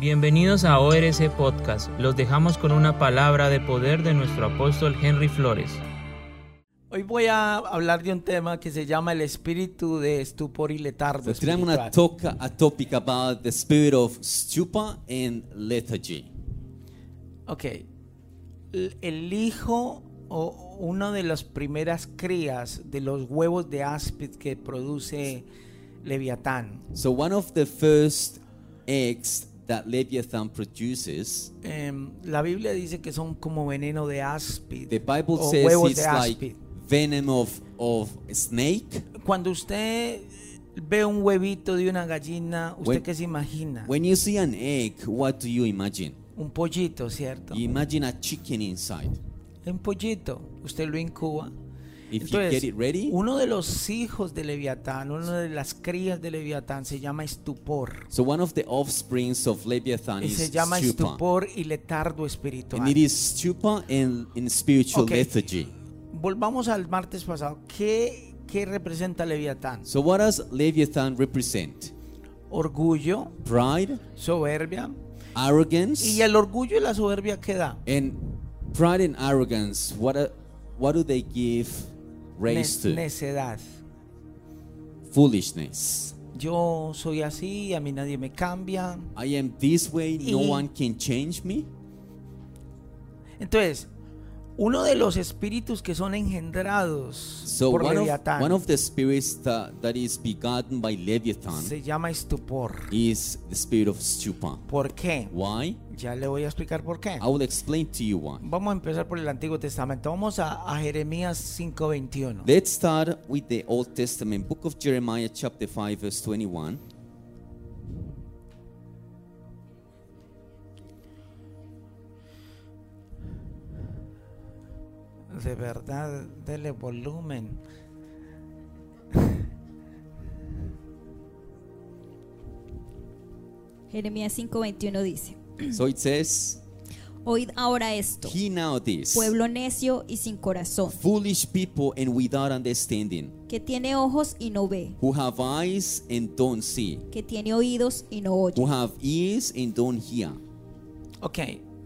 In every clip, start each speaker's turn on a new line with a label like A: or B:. A: Bienvenidos a ORC Podcast. Los dejamos con una palabra de poder de nuestro apóstol Henry Flores.
B: Hoy voy a hablar de un tema que se llama el espíritu de estupor y letargo.
C: So today I'm going to
B: espiritual.
C: talk a topic about the spirit of stupor and lethargy.
B: Ok. El- El hijo o uno de las primeras crías de los huevos de áspid que produce Leviatán.
C: So one of the first eggs that Leviathan produces,
B: Em, la Biblia dice que son como veneno de áspid.
C: the Bible
B: o
C: says
B: huevos
C: it's
B: de
C: like
B: áspid.
C: venom of of a snake.
B: Cuando usted ve un huevito de una gallina, ¿usted
C: When-
B: qué se imagina?
C: When you see an egg, what do you imagine?
B: un pollito, ¿cierto?
C: You imagine a chicken inside.
B: un pollito. Usted lo incuba.
C: If you get it ready,
B: uno de los hijos de Leviatán, uno de las crías de Leviatán se llama estupor.
C: So one of the offsprings of Leviathan
B: Y
C: is
B: se llama
C: stupor,
B: estupor y letardo espiritual.
C: and it is stupor and in spiritual
B: Okay.
C: lethargy.
B: Volvamos al martes pasado. ¿Qué, qué representa Leviatán?
C: So what does Leviathan represent?
B: Orgullo,
C: Pride,
B: soberbia.
C: arrogance,
B: ¿Y el orgullo y la soberbia qué da?
C: and pride and arrogance. What a, what do they give rise
B: Ne-
C: to?
B: necedad.
C: Foolishness.
B: Yo soy así, a mí nadie me cambia.
C: I am this way. No
B: Y-
C: one can change me.
B: Entonces, uno de los espíritus que son engendrados
C: So
B: por
C: one of,
B: Leviatán
C: one of the spirits that, that is begotten by Leviathan
B: se llama estupor.
C: is the spirit of stupor.
B: ¿Por qué?
C: Why?
B: Ya le voy a explicar por qué.
C: I will explain to you why.
B: Vamos a empezar por el Antiguo Testamento. Vamos a, a Jeremías 5:21.
C: Let's start with the Old Testament book of Jeremiah, chapter 5, verse 21.
B: De verdad, dele volumen.
D: Jeremías 5:21 dice,
C: So it says,
D: Oíd ahora esto,
C: He now this
D: pueblo necio y sin corazón,
C: foolish people and without understanding,
D: que tiene ojos y no ve,
C: who have eyes and don't see,
D: que tiene oídos y no oye.
C: who have ears and don't hear.
B: Ok,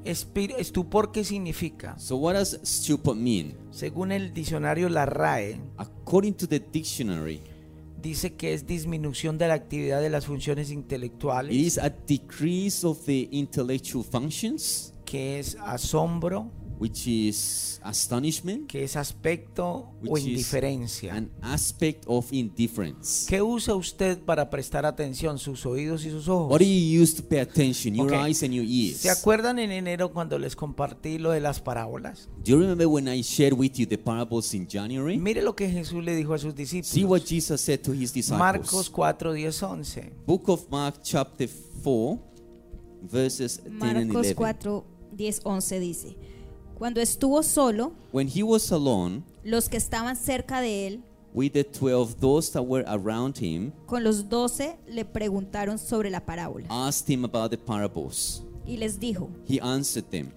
B: espir- estupor, ¿qué significa?
C: So what does stupor mean?
B: Según el diccionario La RAE,
C: According to the dictionary,
B: dice que es disminución de la actividad de las funciones
C: it
B: intelectuales,
C: is a decrease of the intellectual functions,
B: que es asombro,
C: which is astonishment,
B: que es aspecto o
C: which is
B: indiferencia.
C: an aspect of indifference.
B: ¿Qué usa usted para prestar atención? Sus oídos y sus ojos.
C: What do you use to pay attention? Your
B: Okay.
C: eyes and your ears.
B: ¿Se acuerdan en enero cuando les compartí lo de las parábolas?
C: Do you remember when I shared with you the parables in January?
B: Mire lo que Jesús le dijo a sus
C: See what
B: discípulos.
C: Jesus said to his disciples.
B: Marcos 4, 10, 11.
C: Book of Mark, chapter 4, verses 10 and
D: Marcos
C: 11.
D: 4, 10, 11 dice, Cuando estuvo solo,
C: When he was alone
D: los que estaban cerca de él,
C: with the twelve, those that were around him
D: con los doce, le preguntaron sobre la parábola.
C: asked him about the parables.
D: Y les dijo,
C: He answered them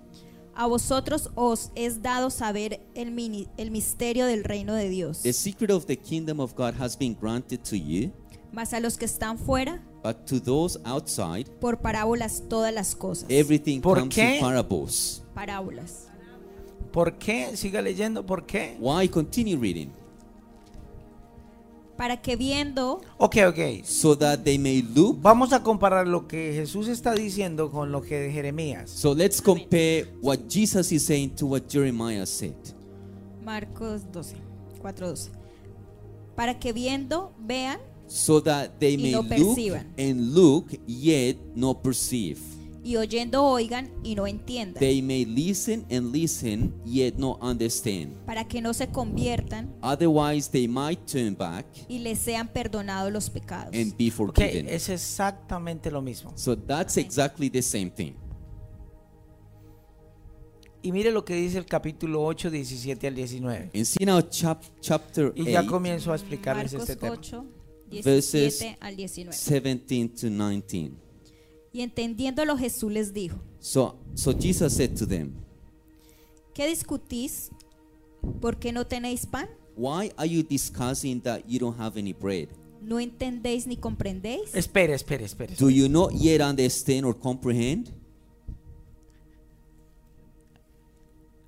D: a vosotros os es dado saber el, mini- el misterio del reino de Dios,
C: The secret of the kingdom of God has been granted to you,
D: mas a los que están fuera,
C: but to those outside,
D: por parábolas todas las cosas.
C: everything
B: ¿Por
C: comes
B: qué?
C: in parables.
D: Parábolas.
B: ¿Por qué? Siga leyendo, ¿por qué?
C: Why? Continue reading.
D: para que viendo
B: Ok, ok.
C: So that they may look
B: Vamos a comparar lo que Jesús está diciendo con lo que Jeremías.
C: So let's compare what Jesus is saying to what Jeremiah said.
D: Marcos 12, 4, 12. Para que viendo vean
C: So that they
D: Y
C: may
D: no
C: look
D: perciban.
C: and look, yet not perceive.
D: y oyendo oigan y no entiendan.
C: They may listen and listen, yet not understand.
D: para que no se conviertan
C: Otherwise, they might turn back
D: y les sean perdonados los pecados.
C: and be
B: Ok,
C: forgiven.
B: es exactamente lo mismo.
C: So that's exactly the same thing.
B: Y mire lo que dice el capítulo 8, 17 al 19.
C: And see now, chap- chapter
B: Y ya
C: 8,
B: comienzo a explicarles
D: Marcos
B: este tema.
D: 8,
C: Verses
D: 17 al 19.
C: 17 to 19.
D: Y entendiéndolo Jesús les dijo,
C: So, so Jesus said to them,
D: ¿qué discutís? ¿Por qué no tenéis pan?
C: Why are you discussing that you don't have any bread?
D: ¿No entendéis ni comprendéis?
B: Espere, espere, espere.
C: Do you not yet understand or comprehend?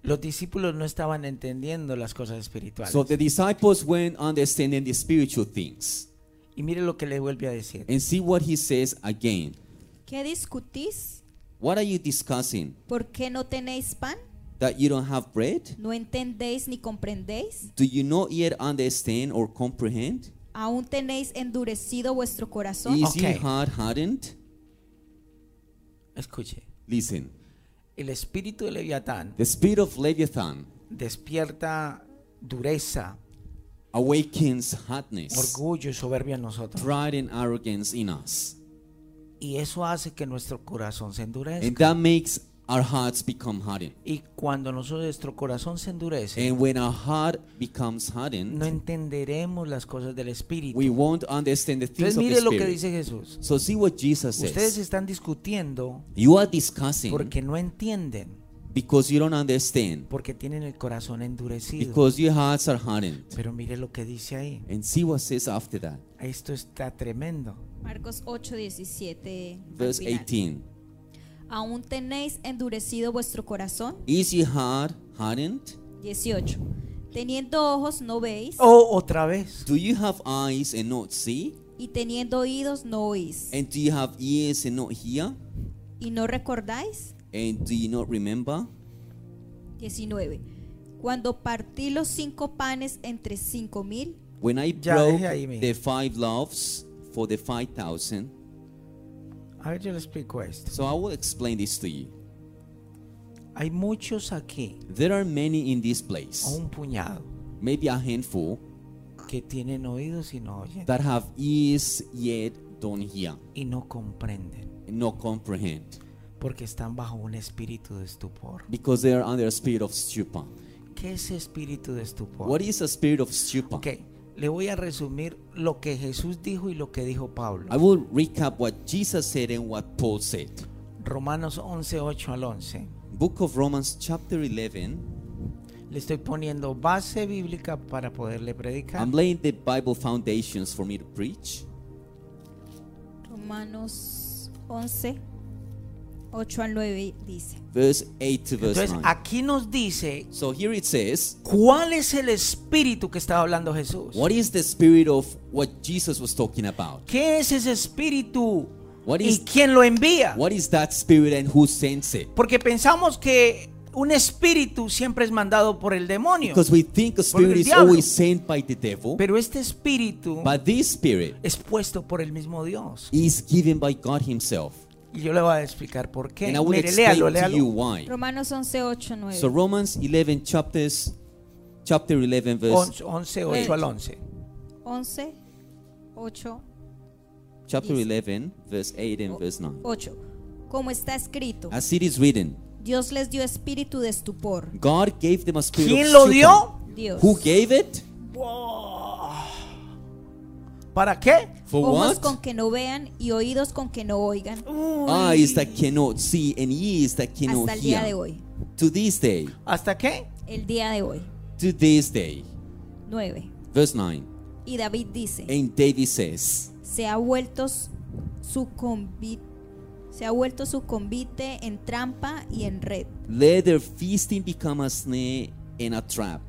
B: Los discípulos no estaban entendiendo las cosas espirituales.
C: So the disciples weren't understanding the spiritual things.
B: y mire lo que le vuelve a decir.
C: And see what he says again.
D: ¿Qué discutís?
C: What are you discussing?
D: ¿Por qué no tenéis pan?
C: That you don't have bread?
D: ¿No entendéis ni comprendéis?
C: Do you not yet understand or comprehend?
D: ¿Aún tenéis endurecido vuestro corazón?
C: Is
B: Okay.
C: your heart hardened?
B: Escuche.
C: Listen,
B: El espíritu de Leviatán
C: the spirit of Leviathan
B: despierta dureza,
C: awakens hardness,
B: orgullo y soberbia en nosotros.
C: pride, and arrogance in us.
B: Y eso hace que nuestro corazón se
C: And
B: endurezca.
C: that makes our hearts become hardened.
B: Y cuando nosotros- nuestro corazón se endurece,
C: And when our heart becomes
B: no
C: hardened,
B: entenderemos las cosas del espíritu.
C: we won't understand the
B: Entonces
C: things of the
B: mire lo que
C: spirit.
B: dice Jesús.
C: So see what Jesus
B: Ustedes
C: says.
B: están discutiendo
C: You are discussing
B: porque no entienden,
C: because you don't understand,
B: porque tienen el corazón endurecido.
C: because your hearts are hardened.
B: Pero mire lo que dice ahí.
C: And see what says after that.
B: Esto está tremendo.
D: Marcos 8, 17. al
C: Verse
D: final.
C: 18.
D: ¿Aún tenéis endurecido vuestro corazón?
C: Is your heart hardened?
D: 18. Teniendo ojos no veis
C: Oh.
B: O otra vez.
C: Do you have eyes and not see?
D: y teniendo oídos no oís.
C: And do you have ears and not hear?
D: ¿Y no recordáis?
C: And do you not remember?
D: 19. Cuando partí los cinco panes entre cinco mil,
C: When I
B: Ya,
C: broke
B: deje ahí, mija.
C: the five loaves for the five thousand,
B: A ver, yo le explico esto.
C: so I will explain this to you.
B: Hay muchos aquí,
C: There are many in this
B: o
C: place,
B: un puñado,
C: maybe a handful,
B: que tienen oídos y no oyen.
C: that have ears yet don't hear,
B: Y no comprenden,
C: and not comprehend,
B: porque están bajo un espíritu de estupor.
C: because they are under a spirit of stupor.
B: ¿Qué es espíritu de estupor?
C: What is a spirit of stupor?
B: Ok, le voy a resumir lo que Jesús dijo y lo que dijo Pablo.
C: I will recap what Jesus said and what Paul said.
B: Romanos 11, 8 al 11.
C: Book of Romans, chapter 11.
B: Le estoy poniendo base bíblica para poderle predicar.
C: I'm laying the Bible foundations for me to preach.
D: Romanos 11, 8 al 9 dice.
C: Verse 8 to verse
B: Entonces,
C: 9.
B: aquí nos dice
C: So here it says,
B: cuál es el espíritu que estaba hablando Jesús.
C: What is the spirit of what Jesus was talking about?
B: ¿Qué es ese espíritu?
C: What
B: ¿Y
C: is-
B: quién lo envía?
C: What is that spirit and who sends it?
B: Porque pensamos que un espíritu siempre es mandado por el demonio.
C: Because we think a
B: Porque
C: spirit
B: el
C: is
B: diablo.
C: always sent by the devil,
B: Pero este espíritu
C: but this spirit
B: es puesto por el mismo Dios.
C: is given by God Himself.
B: Y yo le voy a explicar por qué.
C: And I will
B: Mire,
C: explain
B: léalo,
C: to you
B: léalo.
C: why.
D: Romanos 11, 8, 9.
C: So Romans 11 chapters, chapter 11 verse,
B: 11, 8 al 11.
D: 11, 8,
C: chapter 11 verse 8
D: Oh.
C: and verse 9.
D: 8. Como está escrito,
C: As it is written,
D: Dios les dio espíritu de estupor.
C: God gave them a spirit of
B: ¿Quién lo
C: stupor.
B: dio?
D: Dios.
C: Who gave it?
B: ¿Para qué?
C: For
D: Ojos
C: what? Uh.
D: con que no vean y oídos con que no oigan
C: Eyes that cannot see and ears that cannot
D: hasta el día de
C: hear.
D: hoy.
C: To this day,
B: ¿Hasta qué?
D: El día de hoy.
C: to this day.
D: 9.
C: Verse 9.
D: Y David dice,
C: And David says,
D: se ha vuelto su convite, se ha vuelto su convite en trampa y en red,
C: Let their feasting become a snare and a trap,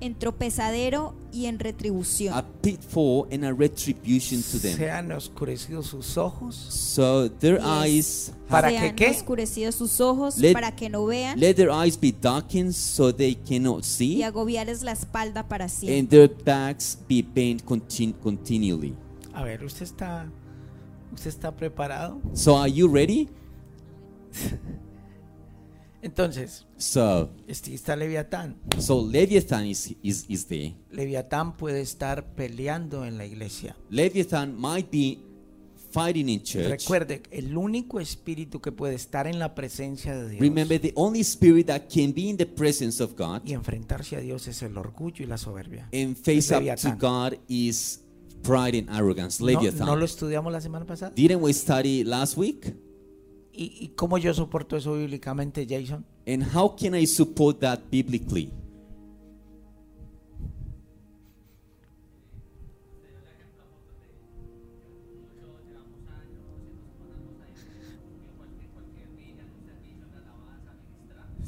D: en tropezadero y en
C: a Ah,
D: retribución.
C: pitfall and a retribution to
B: Se
C: them.
B: han oscurecido sus ojos.
C: So their eyes,
B: ¿Para
D: se
B: que
D: han
B: qué?
D: oscurecido sus ojos
C: Let-
D: para que no vean
C: let their eyes be darkened so they cannot
D: y
C: see,
D: agobiarles la espalda para
C: and
D: siempre.
C: their backs be bent contin- continually.
B: A ver, ¿usted está, usted está preparado?
C: So are you ready?
B: Entonces,
C: So,
B: este está Leviatán.
C: so Leviathan is, is, is there.
B: Leviatán puede estar peleando en la iglesia.
C: Leviathan might be fighting in church.
B: Recuerde, el único espíritu que puede estar en la presencia de Dios
C: Remember, the only spirit that can be in the presence of God
B: y enfrentarse a Dios es el orgullo y la soberbia.
C: and face up to
B: Leviathan.
C: God is pride and arrogance.
B: No,
C: Leviathan.
B: no lo estudiamos la semana pasada.
C: Didn't we study last week?
B: ¿Y, y cómo yo soporto eso bíblicamente, Jason?
C: And how can I support that biblically?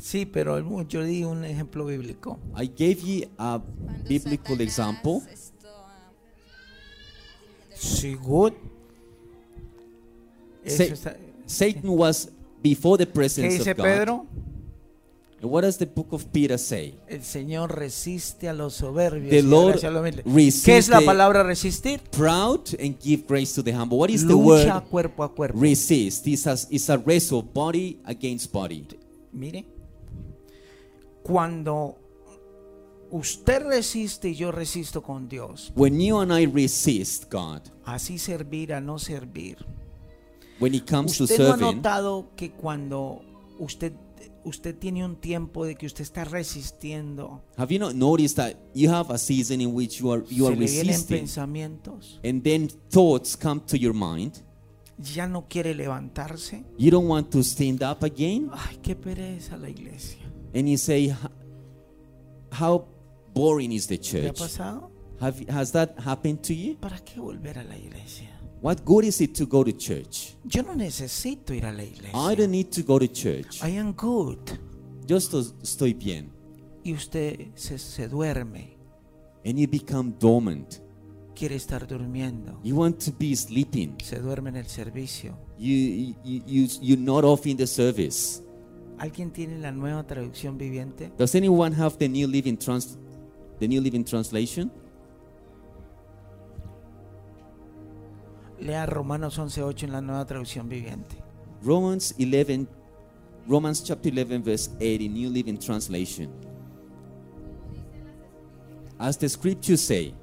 B: Sí, pero el- yo di un ejemplo bíblico.
C: I gave you a biblical example.
B: Sí, good. Eso
C: Sa-
B: está-
C: Satan was before the
B: ¿Qué
C: presence
B: dice
C: of God.
B: Pedro?
C: And what does the book of Peter say?
B: El Señor resiste a los soberbios.
C: The
B: y da
C: Lord
B: gracia a los humildes.
C: resiste-
B: ¿Qué es la palabra resistir?
C: Proud and give grace to the humble. What is the
B: Lucha
C: word
B: cuerpo a cuerpo.
C: resist? It's a, it's a race of body against body.
B: Mire, cuando usted resiste y yo resisto con Dios,
C: When you and I resist God,
B: así servir a no servir.
C: when it comes to
B: ¿Usted no ha
C: serving,
B: notado que cuando usted, usted tiene un tiempo de que usted está resistiendo,
C: have you not noticed that you have a season in which you are you
B: se
C: are
B: le vienen
C: resisting,
B: pensamientos?
C: and then thoughts come to your mind?
B: ¿Ya no quiere levantarse?
C: You don't want to stand up again,
B: Ay, qué pereza la iglesia.
C: and you say, "H- "How boring is the
B: ¿Le ha
C: church?"
B: pasado?
C: Have, has that happened to you?
B: ¿Para qué volver a la iglesia?
C: What good is it to go to church?
B: Yo no necesito ir a la
C: I
B: iglesia.
C: don't need to go to church.
B: I am good.
C: Yo esto- estoy bien.
B: Y usted se, se duerme.
C: And you become dormant.
B: Quiere estar durmiendo.
C: You want to be sleeping.
B: Se duerme en el servicio.
C: You, you, you, you're not off in the service.
B: ¿Alguien tiene la nueva traducción viviente?
C: Does anyone have the New Living, Trans- the New Living Translation?
B: Lea Romanos 11.8 en la nueva traducción viviente.
C: Romans 11, Romans chapter 11, verse 8 in New Living Translation. As the scriptures say,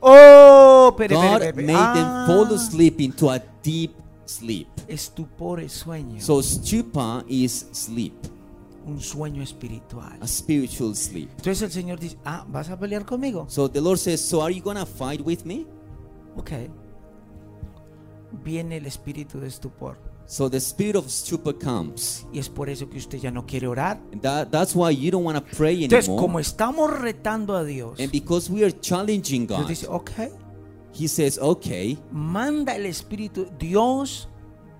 B: ¡Oh! Pero,
C: God made
B: Ah.
C: them fall asleep into a deep sleep.
B: Estupor es sueño.
C: So stupor is sleep,
B: un sueño espiritual.
C: a spiritual sleep.
B: Entonces el Señor dice, ah, ¿vas a pelear conmigo?
C: So the Lord says, So are you gonna fight with me?
B: Ok. Viene el espíritu de estupor.
C: So the spirit of stupor comes.
B: Y es por eso que usted ya no quiere orar.
C: And that, that's why you don't wanna pray
B: Entonces,
C: anymore.
B: como estamos retando a Dios,
C: And because we are challenging
B: Dios
C: God,
B: dice, ok,
C: He says, Okay,
B: manda el espíritu. Dios,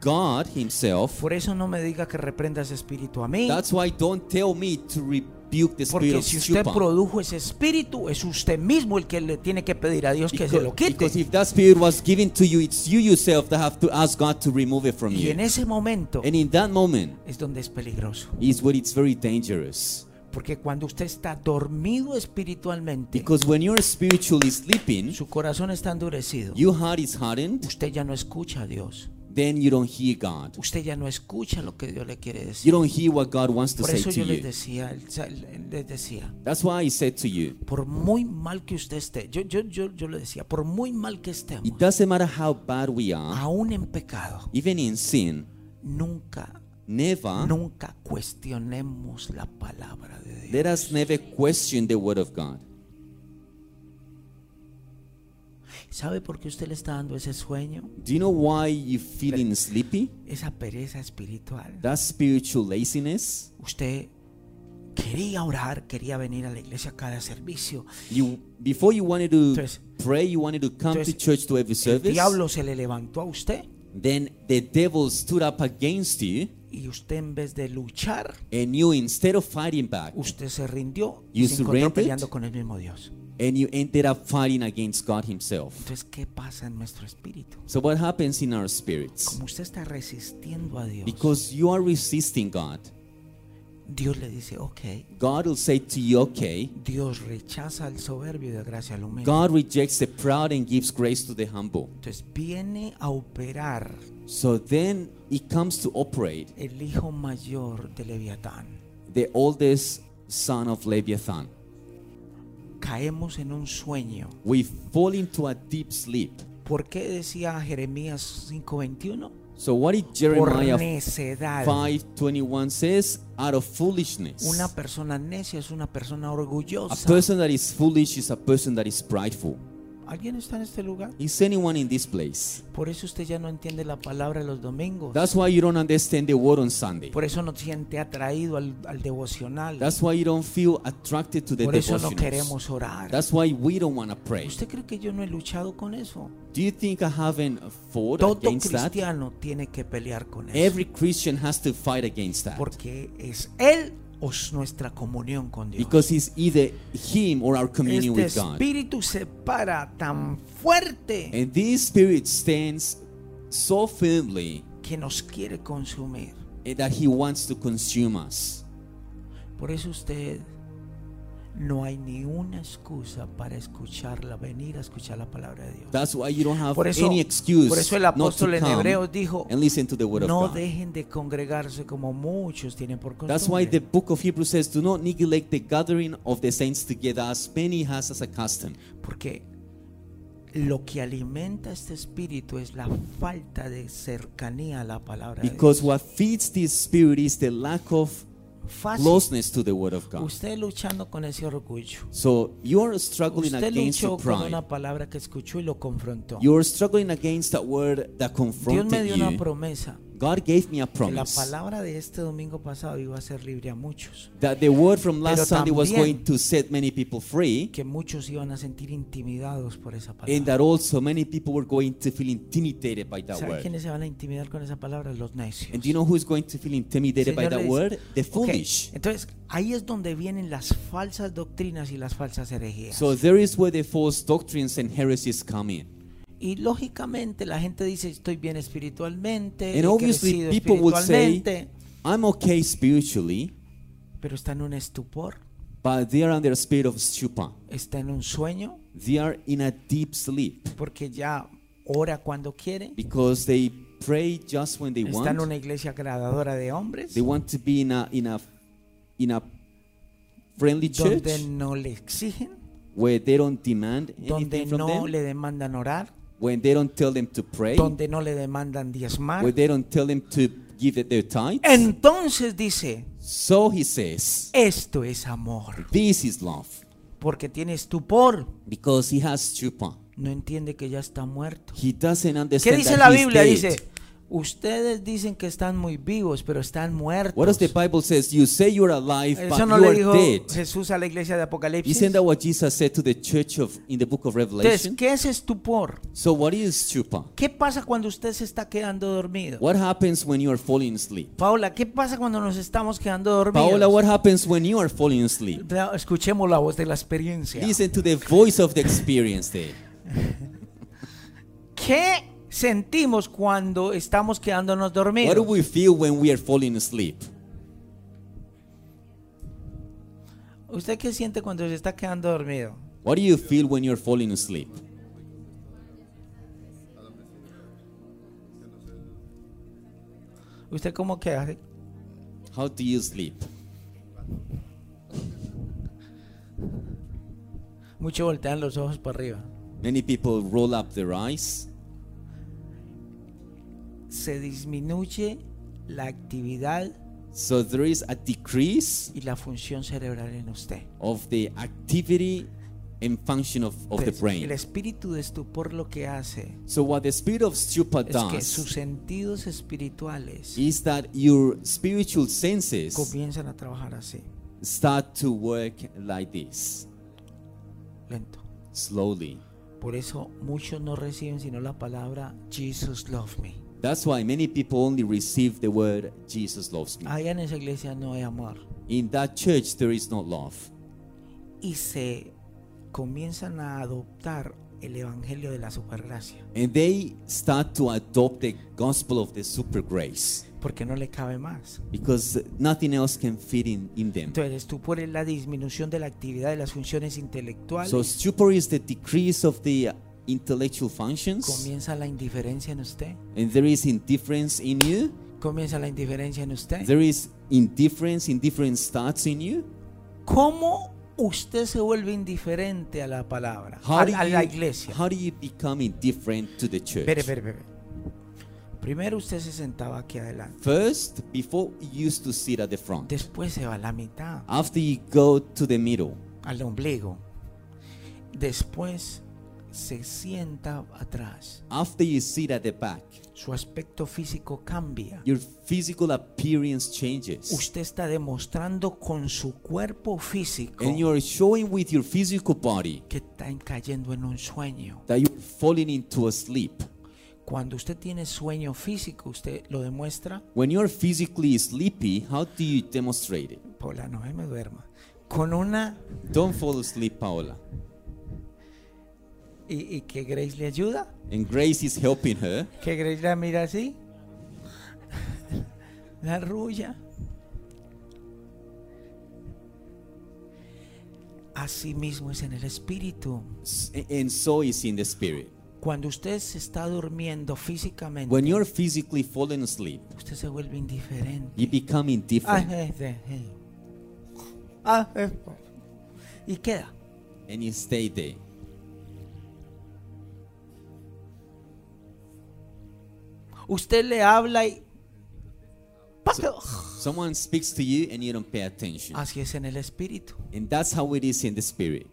C: God Himself.
B: por eso no me diga que reprenda ese espíritu a mí.
C: That's why don't tell me to rebuke the spirit
B: Porque
C: of
B: si usted
C: stupor.
B: produjo ese espíritu, es usted mismo el que le tiene que pedir a Dios que se
C: Because,
B: lo
C: because
B: quite.
C: if that spirit was given to you, it's you yourself that have to ask God to remove it from
B: Y en
C: you.
B: ese momento
C: And in that moment
B: es donde es peligroso.
C: is where it's very dangerous.
B: Porque cuando usted está dormido espiritualmente,
C: Because when you're spiritually sleeping,
B: su corazón está endurecido.
C: your heart is hardened,
B: Usted ya no escucha a Dios.
C: then you don't hear God.
B: Usted ya no escucha lo que Dios le quiere
C: You
B: decir.
C: don't hear what God wants to
B: Por
C: say
B: eso
C: to
B: yo les
C: you.
B: decía, el sa- el- les decía,
C: That's why I said to you,
B: por muy mal que usted esté, yo, yo, yo, yo le decía, por muy mal que estemos,
C: it doesn't matter how bad we are,
B: aún en pecado,
C: even in sin,
B: nunca,
C: never
B: nunca cuestionemos la palabra de Dios.
C: let us never question the word of God.
B: ¿Sabe por qué usted le está dando ese sueño?
C: Do you know why you're feeling sleepy?
B: Esa pereza espiritual.
C: That spiritual laziness.
B: Usted quería orar, quería venir a la iglesia a cada servicio.
C: You before you wanted to
B: Entonces-
C: pray, you wanted to come to
B: entonces,
C: church to every
B: El
C: service.
B: diablo se le levantó a usted
C: Then the devil stood up against you,
B: y usted en vez de luchar,
C: and you instead of fighting back,
B: usted se rindió
C: You
B: y se encontró
C: surrendered?
B: peleando con el mismo Dios.
C: and you ended up fighting against God Himself.
B: Entonces, ¿qué pasa en nuestro espíritu?
C: So what happens in our spirits?
B: Como usted está resistiendo a Dios,
C: Because you are resisting God,
B: Dios le dice, ok,
C: God will say to you, "Okay."
B: Dios rechaza al soberbio y da gracia al humilde.
C: God rejects the proud and gives grace to the humble.
B: Entonces viene a operar
C: So then it comes to operate
B: el hijo mayor de Leviatán.
C: the oldest son of Leviathan.
B: Caemos en un sueño.
C: We fall into a deep sleep.
B: ¿Por qué decía Jeremías 5:21?
C: So what did
B: Por
C: Jeremiah
B: necedad.
C: 5:21 says? Out of foolishness.
B: Una persona necia es una persona
C: A
B: orgullosa.
C: person that is foolish is a person that is prideful.
B: ¿Alguien está en este lugar?
C: Is anyone in this place?
B: Por eso usted ya no entiende la palabra los domingos.
C: That's why you don't understand the word on Sunday.
B: Por eso no siente atraído al, al devocional.
C: That's why you don't feel attracted to the
B: Por eso no
C: devotionals.
B: queremos orar.
C: That's why we don't want to pray.
B: ¿Usted cree que yo no he luchado con eso?
C: Do you think I haven't fought
B: Todo
C: against that?
B: cristiano tiene que pelear con eso.
C: Every Christian has to fight against that.
B: Porque es Él o es nuestra comunión con Dios.
C: Because it's either him or our communion
B: Este
C: with God.
B: espíritu se para tan fuerte
C: And this spirit stands so firmly
B: que nos quiere consumir.
C: that he wants to consume us.
B: Por eso usted no hay ni una excusa para escucharla, venir a escuchar la palabra de Dios.
C: That's why you don't have
B: Por eso-
C: any excuse
B: por eso el
C: not to
B: apóstol en
C: come
B: Hebreos dijo,
C: and listen to the word
B: No
C: of God.
B: dejen de congregarse como muchos tienen por costumbre.
C: That's why the book of Hebrews says, Do not neglect the gathering of the saints together as many has as a custom.
B: Porque lo que alimenta este espíritu es la falta de cercanía a la palabra de
C: Because
B: Dios.
C: what feeds this spirit is the lack of
B: Fácil.
C: closeness to the word of God.
B: Usted luchando con ese orgullo.
C: So you're struggling
B: Usted
C: against
B: luchó
C: your
B: con
C: pride.
B: una palabra que escuchó y lo confrontó.
C: You're struggling against a word
B: Dios
C: that
B: me
C: confronted
B: dio una
C: you.
B: promesa.
C: God gave me a
B: Que la
C: promise
B: palabra de este domingo pasado iba a ser libre a muchos.
C: that the word from
B: Pero
C: last Sunday was
B: también-
C: going to set many people free,
B: Que muchos iban a sentir intimidados por esa
C: and
B: palabra.
C: that also many people were going to feel intimidated by that
B: ¿Saben
C: word.
B: quiénes se van a intimidar con esa palabra? Los necios.
C: And do you know who is going to feel intimidated by
B: Señor le
C: that
B: dice,
C: word? The
B: "Ok,
C: foolish.
B: Entonces, ahí es donde vienen las falsas doctrinas y las falsas herejías.
C: So there is where the false doctrines and heresies come in.
B: y lógicamente la gente dice, estoy bien espiritualmente, he
C: And obviously
B: crecido
C: people would say,
B: espiritualmente,
C: I'm okay spiritually,
B: pero está en un estupor,
C: but they are under a spirit of stupor.
B: está en un sueño,
C: They are in a deep sleep
B: porque ya ora cuando quiere,
C: because they pray just when they
B: está en
C: want.
B: una iglesia agradadora de hombres,
C: They want to be in a in a in a friendly church
B: donde no le exigen,
C: where they don't demand
B: donde
C: anything from
B: no
C: them,
B: le demandan orar,
C: when they don't tell them to pray,
B: donde no le demandan diezmar.
C: where they don't tell them to give it their tithes.
B: Entonces dice,
C: so he says,
B: esto es amor.
C: this is love
B: porque tiene estupor,
C: because he has stupor.
B: no entiende que ya está muerto.
C: He doesn't
B: ¿Qué
C: understand
B: dice
C: that
B: la
C: he is
B: Biblia?
C: dead.
B: Dice, ustedes dicen que están muy vivos, pero están muertos.
C: What does the Bible says? You say you're alive,
B: Eso
C: but
B: Eh, no
C: you
B: le
C: are
B: dijo
C: dead.
B: Jesús a la iglesia de Apocalipsis.
C: Isn't that what Jesus said to the church of in the book of
B: Entonces,
C: Revelation?
B: ¿qué es estupor?
C: So what is stupor?
B: ¿Qué pasa cuando usted se está quedando dormido?
C: What happens when you are falling asleep?
B: Paola, ¿qué pasa cuando nos estamos quedando dormidos?
C: Paola, what happens when you are falling asleep?
B: Vea, Escuchemos la voz de la experiencia.
C: Listen to the voice of the experience there.
B: ¿Qué sentimos cuando estamos quedándonos
C: What do
B: dormidos?
C: we feel when we are falling asleep?
B: ¿Usted qué siente cuando se está quedando dormido?
C: What do you feel when you're falling asleep?
B: ¿Usted cómo queda?
C: How do you sleep?
B: Muchos voltean los ojos para arriba.
C: Many people roll up their eyes.
B: se disminuye la actividad
C: So there is a decrease
B: y la función cerebral en usted.
C: of the activity and function of, of the
B: Entonces, el
C: brain.
B: espíritu de estupor lo que hace
C: So what the spirit of stupor
B: es que
C: does
B: sus sentidos espirituales
C: is that your spiritual senses
B: comienzan a trabajar así,
C: start to work like this,
B: lento.
C: slowly.
B: Por eso muchos no reciben sino la palabra Jesus love me.
C: That's why many people only receive the word Jesus loves me.
B: Allá en esa iglesia no hay amor
C: In that church, there is no love.
B: y se comienzan a adoptar el evangelio de la supergracia
C: And they start to adopt the gospel of the super grace
B: porque no le cabe más.
C: because nothing else can fit in, in them.
B: Entonces, el estupor es la disminución de la actividad de las funciones
C: So,
B: intelectuales.
C: stupor is the decrease of the uh, intellectual functions,
B: Comienza la indiferencia en usted.
C: and there is indifference in you.
B: Comienza la indiferencia en usted.
C: There is indifference, indifference starts in you.
B: ¿Cómo usted se vuelve indiferente a la palabra?
C: How
B: A,
C: do
B: a la
C: you,
B: iglesia.
C: how do you become indifferent to the church?
B: Espere, espere, espere. Primero usted se sentaba aquí adelante.
C: First, before you used to sit at the front.
B: Después se va a la mitad,
C: After you go to the middle,
B: al ombligo. Después se sienta atrás.
C: After you sit at the back,
B: Su aspecto físico cambia.
C: your physical appearance changes.
B: Usted está demostrando con su cuerpo físico
C: And you're showing with your physical body
B: que está cayendo en un sueño.
C: that you're falling into a sleep.
B: Cuando usted tiene sueño físico, usted lo demuestra
C: When you're physically sleepy, how do you demonstrate it?
B: Paula, no se me duerma. Con una
C: Don't fall asleep, Paola.
B: y, y que Grace le ayuda,
C: And Grace is helping her.
B: que Grace la mira así, la rulla. Así mismo es en el espíritu.
C: S- And so is in the spirit.
B: Cuando usted se está durmiendo físicamente,
C: When you're physically falling asleep,
B: usted se vuelve indiferente.
C: you become
B: Ah,
C: indifferent
B: eh, eh, eh. Ah, eh. Y queda.
C: and you stay there.
B: Usted le habla y...
C: Someone speaks to you and you don't pay attention.
B: Así es en el espíritu.
C: And that's how it is in the spirit.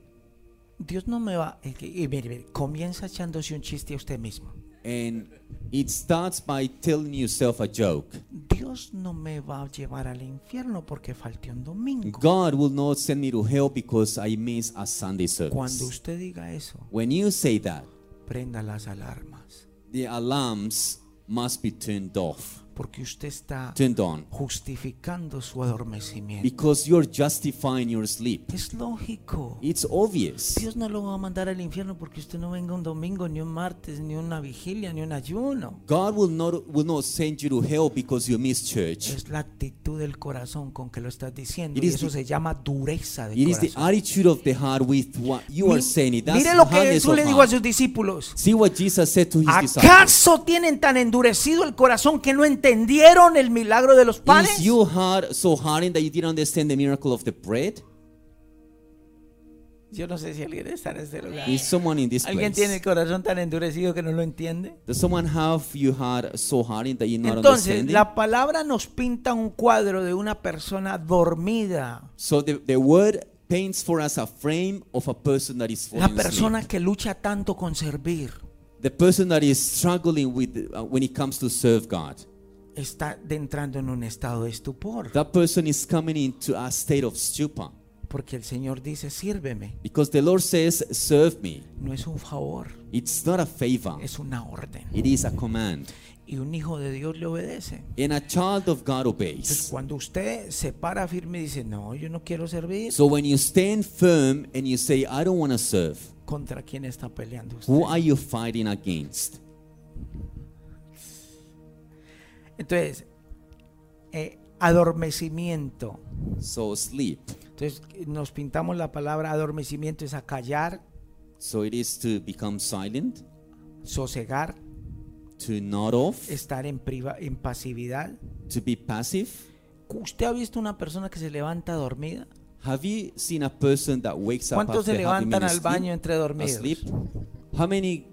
B: Dios no me va. es que- Y mire, mire, comienza echándose un chiste a usted mismo.
C: And it starts by telling yourself a joke.
B: Dios no me va a llevar al infierno porque falté un domingo.
C: God will not send me to hell because I miss a Sunday
B: Cuando
C: service.
B: usted diga eso,
C: When you say that,
B: prenda las alarmas.
C: the alarms must be turned off,
B: Porque usted está
C: turned on,
B: justificando su adormecimiento.
C: because you're justifying your sleep.
B: Es lógico.
C: It's obvious.
B: Dios no lo va a mandar al infierno porque usted no venga un domingo, ni un martes, ni una vigilia, ni un ayuno.
C: God will not will not send you to hell because you miss church.
B: Es la actitud del corazón con que lo estás diciendo.
C: It
B: Y
C: is
B: eso
C: the-
B: se llama dureza de
C: It is
B: corazón.
C: the attitude of the heart with what you are
B: Mi-
C: saying. It. That's
B: Mire lo que
C: hardness
B: Jesús
C: of
B: le dijo a
C: heart.
B: sus discípulos.
C: See what Jesus said to his disciples.
B: ¿Acaso tienen tan endurecido el corazón que no entendieron el milagro de los panes?
C: Is your heart so hardened that you didn't understand the miracle of the bread?
B: Yo no sé si alguien está en este lugar.
C: Is someone in this
B: ¿Alguien tiene el
C: place?
B: corazón tan endurecido que no lo entiende?
C: Does someone have your heart so hardened that you're not
B: Entonces,
C: understanding?
B: la palabra nos pinta un cuadro de una persona dormida.
C: So the, the word paints for us a frame of a person that is
B: La
C: falling asleep.
B: persona que lucha tanto con servir
C: The person that is struggling with uh, when it comes to serve God.
B: está de- entrando en un estado de estupor.
C: That person is coming into a state of stupor
B: Porque el Señor dice, sírveme.
C: because the Lord says, "Serve me."
B: No es un favor,
C: It's not a favor.
B: es una orden.
C: It is a command.
B: Y un hijo de Dios le obedece.
C: And a child of
B: Entonces,
C: God obeys.
B: cuando usted se para firme y dice, no, yo no quiero servir,
C: So when you stand firm and you say, I don't want to serve,
B: ¿contra quién está peleando usted?
C: who are you fighting against?
B: Entonces, eh, adormecimiento.
C: So sleep.
B: Entonces, nos pintamos la palabra adormecimiento es acallar,
C: So it is to become silent,
B: sosegar,
C: to nod off,
B: estar en, priva- en pasividad.
C: to be passive.
B: ¿Usted ha visto una persona que se levanta dormida?
C: Have you seen a person that wakes up
B: ¿Cuántos
C: after
B: se
C: having
B: levantan
C: been
B: al baño
C: asleep?
B: entre
C: asleep?
B: dormidos?
C: How many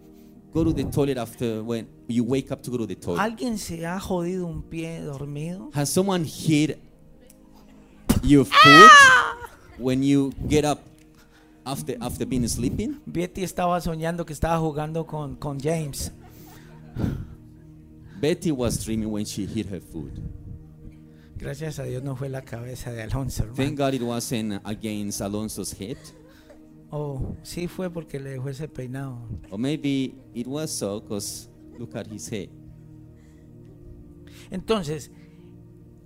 C: go to the toilet after when you wake up to go to the toilet?
B: ¿Alguien se ha jodido un pie dormido?
C: Has someone hit your foot when you get up after after being sleeping?
B: Betty estaba soñando que estaba jugando con, con James.
C: Betty was dreaming when she hit her foot.
B: Gracias a Dios no fue la cabeza de Alonso, hermano.
C: Thank God it wasn't against Alonso's head.
B: Oh, sí fue porque le dejó ese peinado.
C: Or maybe it was so because look at his head.
B: Entonces,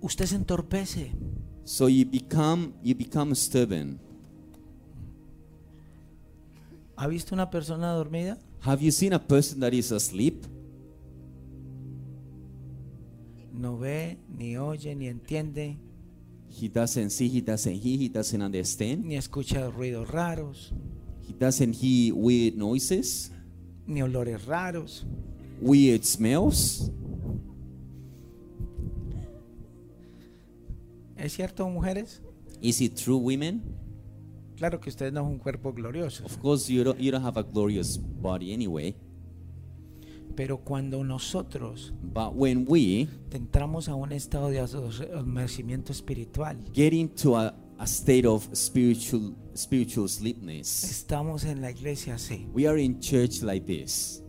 B: usted se entorpece.
C: So you become you become stubborn.
B: ¿Ha visto una persona dormida?
C: Have you seen a person that is asleep?
B: No ve, ni oye, ni entiende,
C: He doesn't see, he doesn't hear, he doesn't understand.
B: ni escucha ruidos raros,
C: He doesn't hear weird noises,
B: ni olores raros.
C: weird smells.
B: ¿Es cierto, mujeres?
C: Is it true, women?
B: Claro que usted no es un cuerpo glorioso,
C: Of course, you don't, you don't have a glorious body anyway.
B: pero cuando nosotros
C: But when we
B: entramos a un estado de adormecimiento espiritual,
C: get into a a state of spiritual spiritual sleepness.
B: Estamos en la iglesia así.
C: We are in church like this.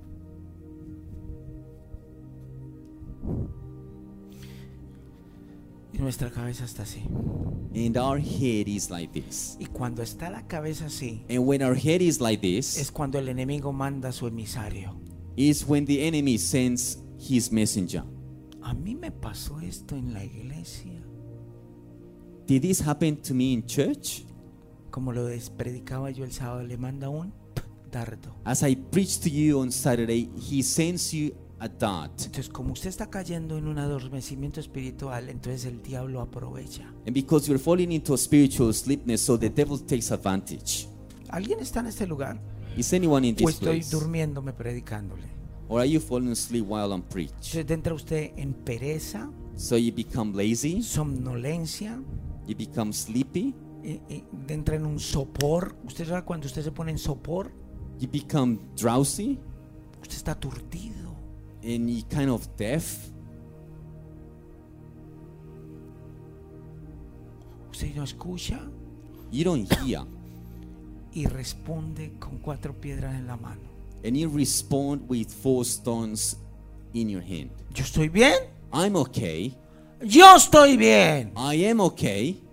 B: Y nuestra cabeza está así.
C: And our head is like this.
B: Y cuando está la cabeza así,
C: And when our head is like
B: es
C: this,
B: cuando el enemigo manda a su emisario.
C: is when the enemy sends his messenger.
B: A mí me pasó esto en la iglesia.
C: Did this happen to me in church?
B: Como lo des- predicaba yo el sábado, le manda un dardo.
C: As I preached to you on Saturday, he sends you a dart.
B: Entonces, como usted está cayendo en un adormecimiento espiritual, entonces el diablo aprovecha.
C: And because you're falling into a spiritual sleepness, so the devil takes advantage.
B: ¿Alguien está en este lugar?
C: Is anyone in
B: ¿O
C: this
B: estoy
C: place?
B: durmiéndome predicándole?
C: Or are you falling asleep while I'm preach?
B: Entonces entra usted en pereza,
C: So you become lazy,
B: somnolencia,
C: you become sleepy,
B: eh, eh, entra en un sopor. Usted sabe cuando usted se pone en sopor,
C: you become drowsy,
B: usted está turdido.
C: and you kind of deaf.
B: Usted no escucha
C: You don't hear,
B: y responde con cuatro piedras en la mano.
C: and you respond with four stones in your hand.
B: Yo estoy bien,
C: I'm okay.
B: yo estoy bien.
C: I am okay,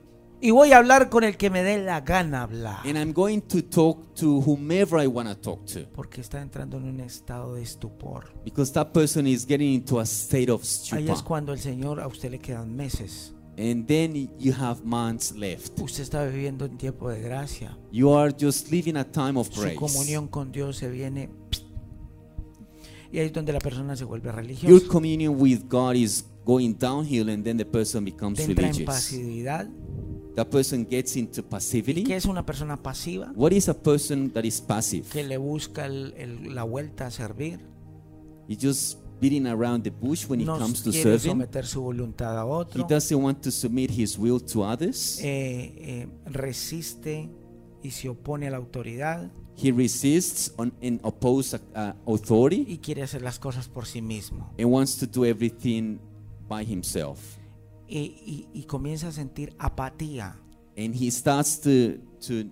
B: Y voy a hablar con el que me dé la gana hablar.
C: and I'm going to talk to whomever I want to talk to
B: Porque está entrando en un estado de estupor.
C: because that person is getting into a state of
B: Ahí
C: stupor,
B: es cuando el Señor a usted le quedan meses.
C: and then you have months left.
B: Usted está viviendo un tiempo de gracia.
C: You are just living a time of
B: Su
C: grace.
B: comunión con Dios se viene. pst, Y ahí es donde la persona se vuelve
C: Your
B: religiosa.
C: communion with God is going downhill, and then the person becomes
B: Te entra en
C: religious.
B: pasividad.
C: That person gets into
B: ¿Qué
C: passivity.
B: es una persona pasiva?
C: What is a person that is passive?
B: Que le busca el- el- la vuelta a servir.
C: He's just beating around the bush when it
B: No
C: comes to
B: quiere
C: serving.
B: someter su voluntad a
C: He
B: otro.
C: doesn't want to submit his will to others.
B: eh, eh, resiste y se opone a la autoridad
C: He resists on, and opposes uh, authority
B: y quiere hacer las cosas por sí mismo.
C: and wants to do everything by himself.
B: Y, y- y comienza a sentir apatía.
C: And he starts to to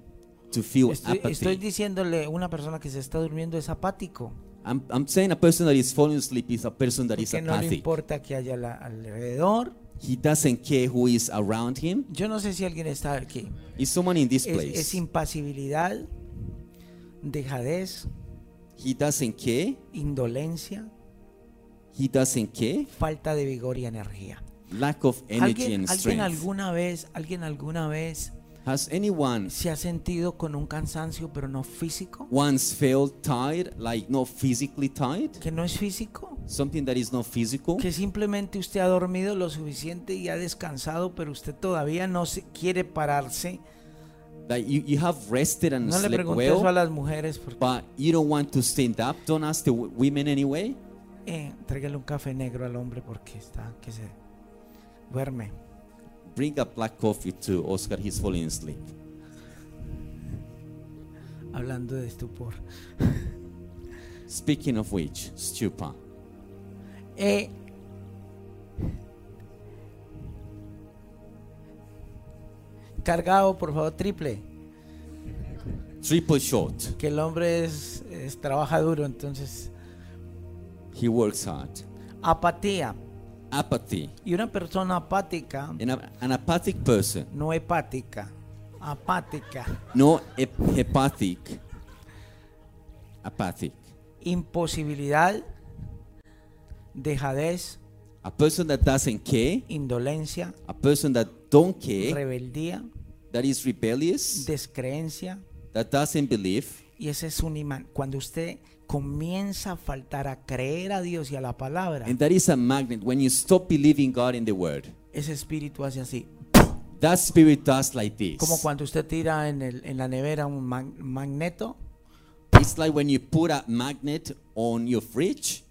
C: to feel
B: Estoy,
C: apathy.
B: estoy diciéndole a una persona que se está durmiendo es apático.
C: I'm, I'm saying a person that is falling asleep is a person that is
B: Porque no le
C: apathic.
B: importa que haya la- alrededor.
C: He doesn't care who is around him.
B: Yo no sé si alguien está aquí.
C: Is someone in this
B: Es, es
C: place?
B: impasibilidad, dejadez,
C: He doesn't care.
B: indolencia,
C: He doesn't care.
B: falta de vigor y energía.
C: Lack of energy
B: ¿Alguien,
C: and
B: alguien
C: strength.
B: alguna vez, alguien alguna vez
C: Has anyone
B: se ha sentido con un cansancio pero no físico?
C: once felt tired, like not physically tired?
B: ¿Que no es físico?
C: Something that is not physical?
B: Que simplemente usted ha dormido lo suficiente y ha descansado, pero usted todavía no se quiere pararse.
C: That you, you have rested and
B: No le
C: slept
B: pregunté eso a
C: well,
B: las mujeres porque
C: but you don't want to stand up. Don't ask the w- women anyway.
B: eh, tráigale un café negro al hombre porque está que se duerme.
C: Bring a black coffee to Oscar. He's falling asleep.
B: Hablando de estupor.
C: Speaking of which, stupor.
B: Eh, cargado, por favor, triple.
C: Triple shot.
B: Que el hombre es, es- trabaja duro, entonces
C: He works hard.
B: apatía.
C: Apathy.
B: Y una persona apática,
C: An, ap- an apathic person,
B: no hepática, apática,
C: no hep- hepatic, apathic.
B: imposibilidad, dejadez,
C: A person that doesn't care,
B: indolencia,
C: a person that don't care,
B: rebeldía,
C: that is rebellious,
B: descreencia.
C: that doesn't believe.
B: Y ese es un imán. Cuando usted comienza a faltar a creer a Dios y a la palabra,
C: And that is a magnet. When you stop believing God in the word,
B: ese espíritu hace así.
C: that spirit does like this.
B: Como cuando usted tira en, el- en la nevera un man- magneto
C: It's like when you put a magnet on your fridge,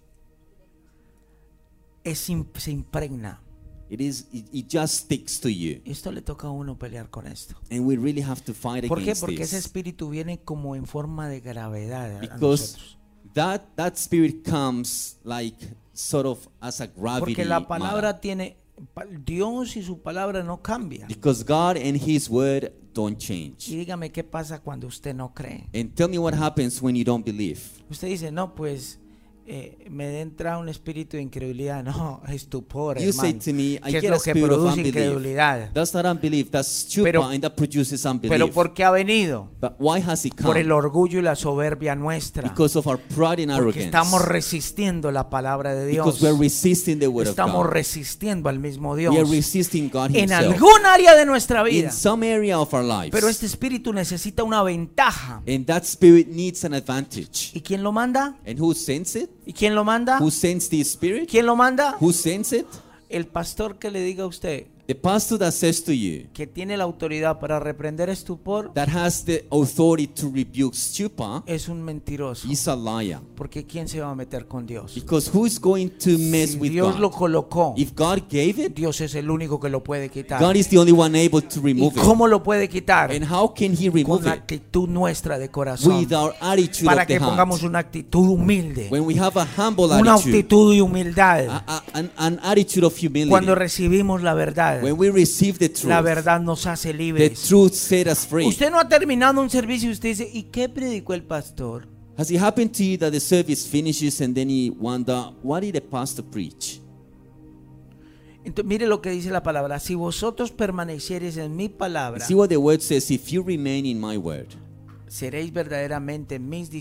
B: es im- se impregna.
C: it is it, it just sticks to you.
B: Esto le toca a uno pelear con esto.
C: And we really have to fight
B: ¿Por qué?
C: against
B: Porque ese
C: this.
B: espíritu viene como en forma de gravedad. a- a
C: because
B: nosotros.
C: that that spirit comes like sort of as a gravity
B: Porque la palabra
C: matter.
B: tiene, pa- pa- Dios y su palabra no cambian.
C: Because God and His word don't change.
B: Y dígame qué pasa cuando usted no cree.
C: And tell me what happens when you don't believe.
B: Usted dice, no, pues eh, me entra un espíritu de incredulidad. No, estupor,
C: You say
B: hermano.
C: to me, I
B: ¿Qué es
C: get a
B: lo que
C: spirit of
B: produce
C: unbelief.
B: incredulidad?
C: That's not unbelief, that's stupor,
B: Pero-
C: and that produces
B: Pero
C: unbelief.
B: ¿por qué ha venido?
C: But why has it
B: Por el
C: come?
B: orgullo y la soberbia nuestra.
C: Because of our pride and
B: Porque
C: arrogance.
B: estamos resistiendo la palabra de Dios.
C: Because we're resisting the word of
B: Estamos
C: God.
B: resistiendo al mismo Dios.
C: We are resisting God
B: En
C: Himself.
B: algún área de nuestra vida.
C: In some area of our lives.
B: Pero este espíritu necesita una ventaja.
C: And that spirit needs an advantage.
B: ¿Y quién lo manda?
C: And who sends it?
B: ¿Y quién lo manda?
C: Who sends the spirit?
B: ¿Quién lo manda?
C: Who sends it?
B: El pastor que le diga a usted
C: The pastor that says to you,
B: que tiene la autoridad para reprender estupor
C: that has the authority to rebuke stupor,
B: es un mentiroso.
C: is a liar.
B: Porque ¿quién se va a meter con Dios?
C: Because who is going to mess
B: Si
C: with
B: Dios lo
C: God?
B: colocó.
C: If God gave it,
B: Dios es el único que lo puede quitar.
C: God is the only one able to
B: ¿Y
C: remove it.
B: cómo lo puede quitar?
C: And how can He
B: Con
C: remove
B: la
C: it?
B: actitud nuestra de corazón.
C: With our attitude
B: Para
C: of the
B: que pongamos
C: heart.
B: una actitud humilde.
C: When we have a humble
B: Una
C: attitude,
B: actitud de
C: a-
B: humildad.
C: a- an, an attitude of
B: Cuando
C: humility,
B: recibimos la verdad,
C: when we receive the
B: la
C: truth,
B: verdad nos hace
C: the
B: libres.
C: truth set us free.
B: Usted no ha terminado un servicio y usted dice, ¿y qué predicó el pastor?
C: Has it happened to you that the service finishes and then you wonder, what did the pastor preach?
B: Entonces, mire lo que dice la palabra. Si vosotros permaneciereis en mi palabra,
C: See what the word says if you remain in my word.
B: seréis verdaderamente mis
C: You will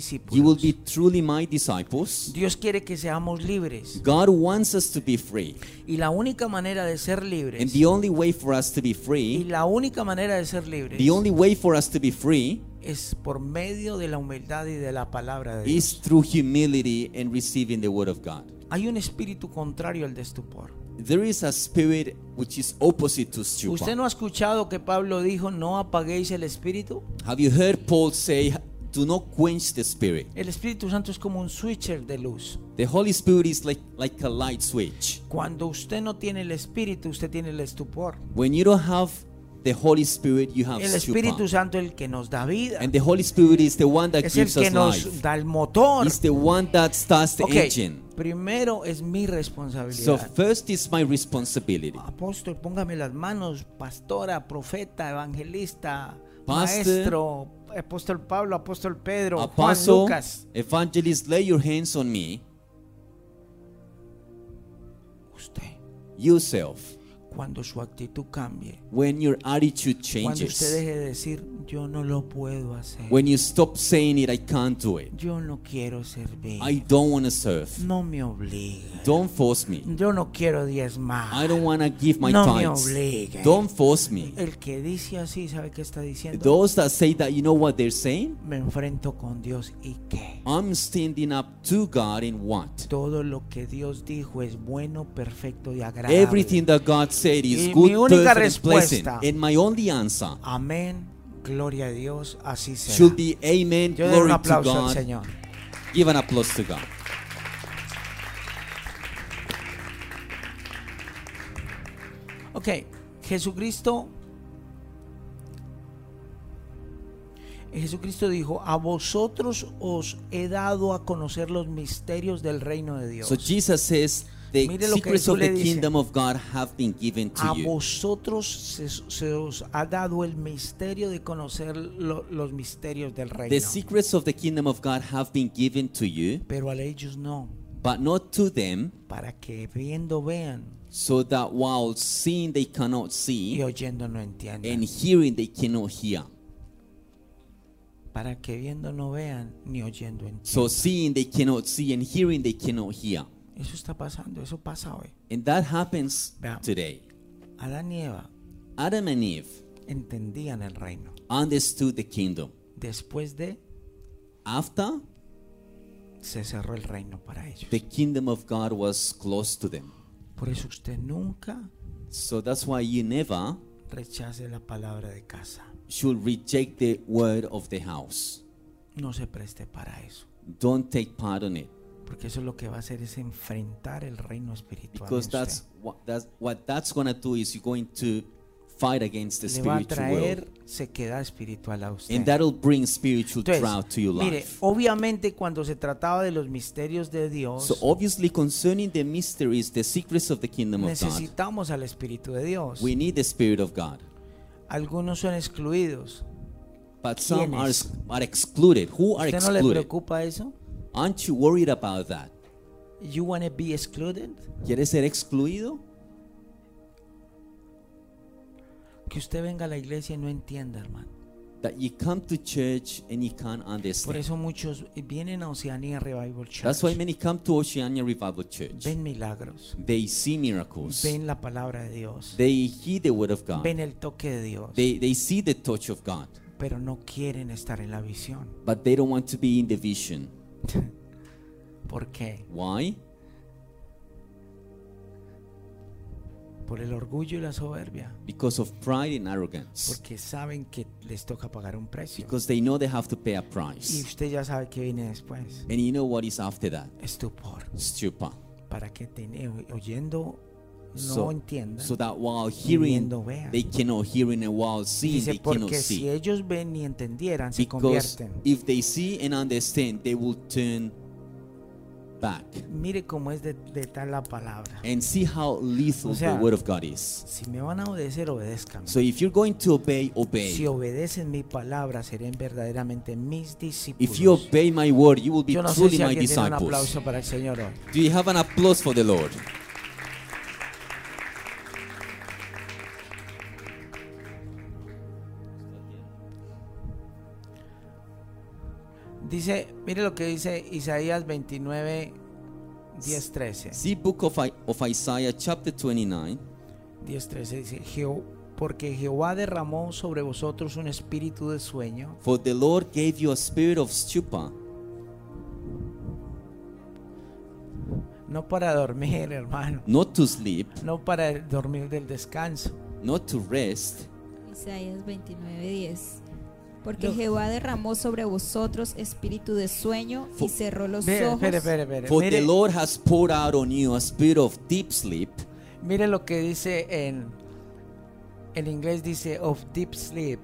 B: discípulos.
C: be truly my disciples.
B: Dios quiere que seamos libres.
C: God wants us to be free.
B: Y la única manera de ser
C: And
B: libres,
C: the only way for us to be
B: y
C: free,
B: la única manera de ser libres,
C: the only way for us to be free
B: es por medio de la humildad y de la palabra de Dios.
C: is through humility and receiving the word of God.
B: Hay un espíritu contrario al de estupor.
C: There is a spirit which is opposite to
B: ¿Usted
C: stupor.
B: no ha escuchado que Pablo dijo, no apaguéis el espíritu?
C: Have you heard Paul say, do not quench the spirit?
B: El Espíritu Santo es como un switcher de luz.
C: The Holy Spirit is like, like a light switch.
B: Cuando usted no tiene el espíritu, usted tiene el estupor.
C: When you don't have the Holy Spirit, you have
B: El
C: stupor.
B: Espíritu Santo es el que nos da vida.
C: And the Holy Spirit is the one that
B: Es el
C: gives
B: que
C: us
B: nos
C: life.
B: da el motor.
C: It's the one that starts the
B: Ok,
C: engine.
B: primero es mi
C: So
B: responsabilidad.
C: first is my responsibility.
B: Apóstol, póngame las manos, pastora, profeta, evangelista,
C: Pastor,
B: maestro, apóstol Pablo, apóstol Pedro, Juan
C: Apostle,
B: Lucas.
C: evangelist, lay your hands on me,
B: Usted,
C: yourself.
B: cuando su actitud cambie,
C: When your attitude
B: cuando usted
C: changes,
B: deje de decir, yo no lo puedo hacer,
C: when you stop saying it, I can't do it.
B: yo no quiero servir,
C: I don't want to serve.
B: no me obligue,
C: Don't force me.
B: yo no quiero diezmar.
C: I don't want to give my
B: No me
C: tithes.
B: obligue.
C: Don't force me.
B: El que dice así sabe qué está diciendo.
C: Those that say that, you know what they're saying?
B: Me enfrento con Dios y qué.
C: I'm standing up to God in what?
B: Todo lo que Dios dijo es bueno, perfecto y agradable.
C: Everything that God said is
B: Y mi
C: good,
B: única
C: perfect, and pleasant.
B: respuesta-
C: And my only answer
B: Amén. Gloria a Dios. Así será.
C: should be Amen,
B: Yo doy un
C: glory to
B: aplauso al
C: God.
B: Señor.
C: Give an applause to God.
B: Ok. Jesucristo. Jesucristo dijo, a vosotros os he dado a conocer los misterios del reino de Dios.
C: So Jesus says, The
B: Mire lo que
C: secrets
B: Jesús
C: of the
B: le dice.
C: kingdom of God have been given to
B: A
C: you.
B: vosotros se, se os ha dado el misterio de conocer lo- los misterios del reino.
C: The secrets of the kingdom of God have been given to you,
B: pero a ellos no,
C: but not to them,
B: para que viendo vean
C: so that while seeing they cannot
B: y
C: see,
B: oyendo no entiendan.
C: and hearing they cannot hear.
B: para que viendo no vean ni oyendo
C: So
B: entiendan.
C: seeing they cannot see, and hearing they cannot hear.
B: eso está pasando, eso pasa hoy.
C: And that happens
B: Veamos.
C: today.
B: Adán y Eva
C: Adam and Eve
B: entendían el reino
C: understood the kingdom.
B: después de
C: After,
B: se cerró el reino para ellos.
C: the kingdom of God was close to them.
B: Por eso usted nunca
C: So that's why you never
B: rechace la palabra de casa.
C: should reject the word of the house.
B: No se preste para eso.
C: Don't take part on it
B: Porque eso lo que va a hacer es enfrentar el reino espiritual. en
C: because
B: usted.
C: that's what that's what that's gonna do is you're going to fight against the
B: le va a
C: spiritual world.
B: traer sequedad espiritual a usted.
C: And that'll bring spiritual
B: Entonces,
C: drought to your
B: mire,
C: life.
B: obviamente cuando se trataba de los misterios de Dios,
C: So obviously concerning the mysteries, the secrets of the kingdom of God,
B: necesitamos al Espíritu de Dios.
C: we need the Spirit of God.
B: Algunos son excluidos.
C: But some are,
B: ¿Quiénes?
C: are excluded. Who are
B: ¿Usted no le
C: excluded?
B: preocupa eso?
C: Aren't you worried about that?
B: You wanna be excluded?
C: ¿Quieres ser excluido?
B: Que usted venga a la iglesia y no entienda, hermano.
C: That you come to church and you can't
B: Por
C: understand.
B: eso muchos vienen a Oceanía Revival Church.
C: That's why many come to Oceania Revival Church.
B: Ven milagros.
C: They see miracles.
B: Ven la palabra de Dios.
C: They hear the word of God.
B: Ven el toque de Dios.
C: They, they see the touch of God.
B: Pero no quieren estar en la visión.
C: But they don't want to be in the vision.
B: ¿Por qué?
C: Why?
B: Por el orgullo y la soberbia.
C: Because of pride and arrogance.
B: Porque saben que les toca pagar un precio.
C: Because they know they have to pay a
B: Y
C: price.
B: usted ya sabe que viene después.
C: And you know what is after that?
B: Estupor.
C: Stupor.
B: Para que ten- oyendo no entiendan.
C: so that while
B: viendo
C: hearing,
B: vean.
C: they cannot hear, and while seeing,
B: Dice,
C: they cannot
B: porque si
C: see.
B: ellos ven y entendieran, se
C: Because
B: convierten.
C: if they see and understand, they will turn back
B: Mire cómo es de, de tal la palabra.
C: and see how lethal
B: O sea,
C: the word of God is.
B: Si me van a obedecer, obedezcan.
C: So if you're going to obey, obey.
B: Si obedecen mi palabra, serán verdaderamente mis
C: if you
B: discípulos.
C: obey my word, you will be
B: Yo no sé
C: truly
B: si
C: my
B: alguien tiene un
C: disciples.
B: aplauso para el Señor hoy.
C: Do you have an applause for the Lord?
B: Dice, mire lo que dice Isaías 29, 10, 13.
C: See book of, I- of Isaiah chapter 29.
B: 10, 13 dice, "Jeho- porque Jehová derramó sobre vosotros un espíritu de sueño
C: For the Lord gave you a spirit of stupor,
B: No para dormir, hermano.
C: not to sleep,
B: No para dormir del descanso.
C: not to rest,
D: Isaías 29:10. Porque
B: No.
D: Jehová derramó sobre vosotros espíritu de sueño y
C: Fu-
D: cerró los
B: Espere,
D: ojos.
B: espere, espere, espere.
C: For
B: Mire,
C: the Lord has poured out on you a spirit of deep sleep,
B: mire lo que dice en, en inglés, dice of deep sleep.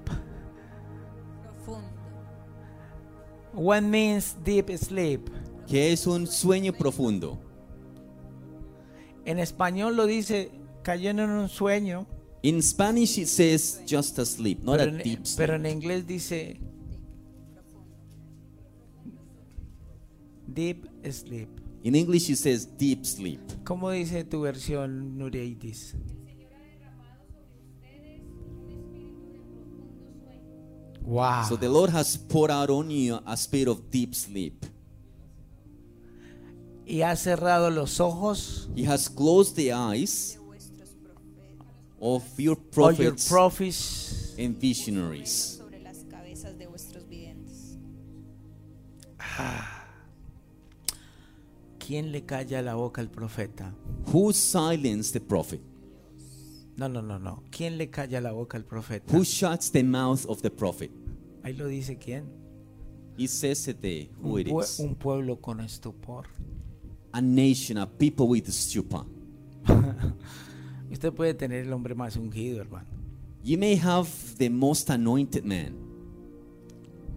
D: Profundo.
B: What means deep sleep?
C: que es un sueño profundo.
B: En español lo dice cayendo en un sueño,
C: In Spanish, it says just a sleep, not
B: pero
C: a
B: en,
C: deep sleep.
B: pero en inglés dice deep sleep.
C: In English, it says deep sleep.
B: ¿Cómo dice tu versión, Nureidis? Wow.
C: So the Lord has poured out on you a spirit of deep sleep.
B: y ha cerrado los ojos
C: He has closed the eyes of
B: o your
C: your prophets
B: prophets
C: and visionaries.
D: Sobre las cabezas de vuestros videntes.
B: ¿Quién le calla la boca al profeta?
C: Who silenced the prophet?
B: No, no, no, no. ¿Quién le calla la boca al profeta?
C: Who shuts the mouth of the prophet?
B: Ahí lo dice quién.
C: It says it there who
B: Un,
C: it
B: pue-
C: is.
B: un pueblo con estupor.
C: A nation, a people with stupor.
B: Usted puede tener el hombre más ungido, hermano.
C: You may have the most anointed man,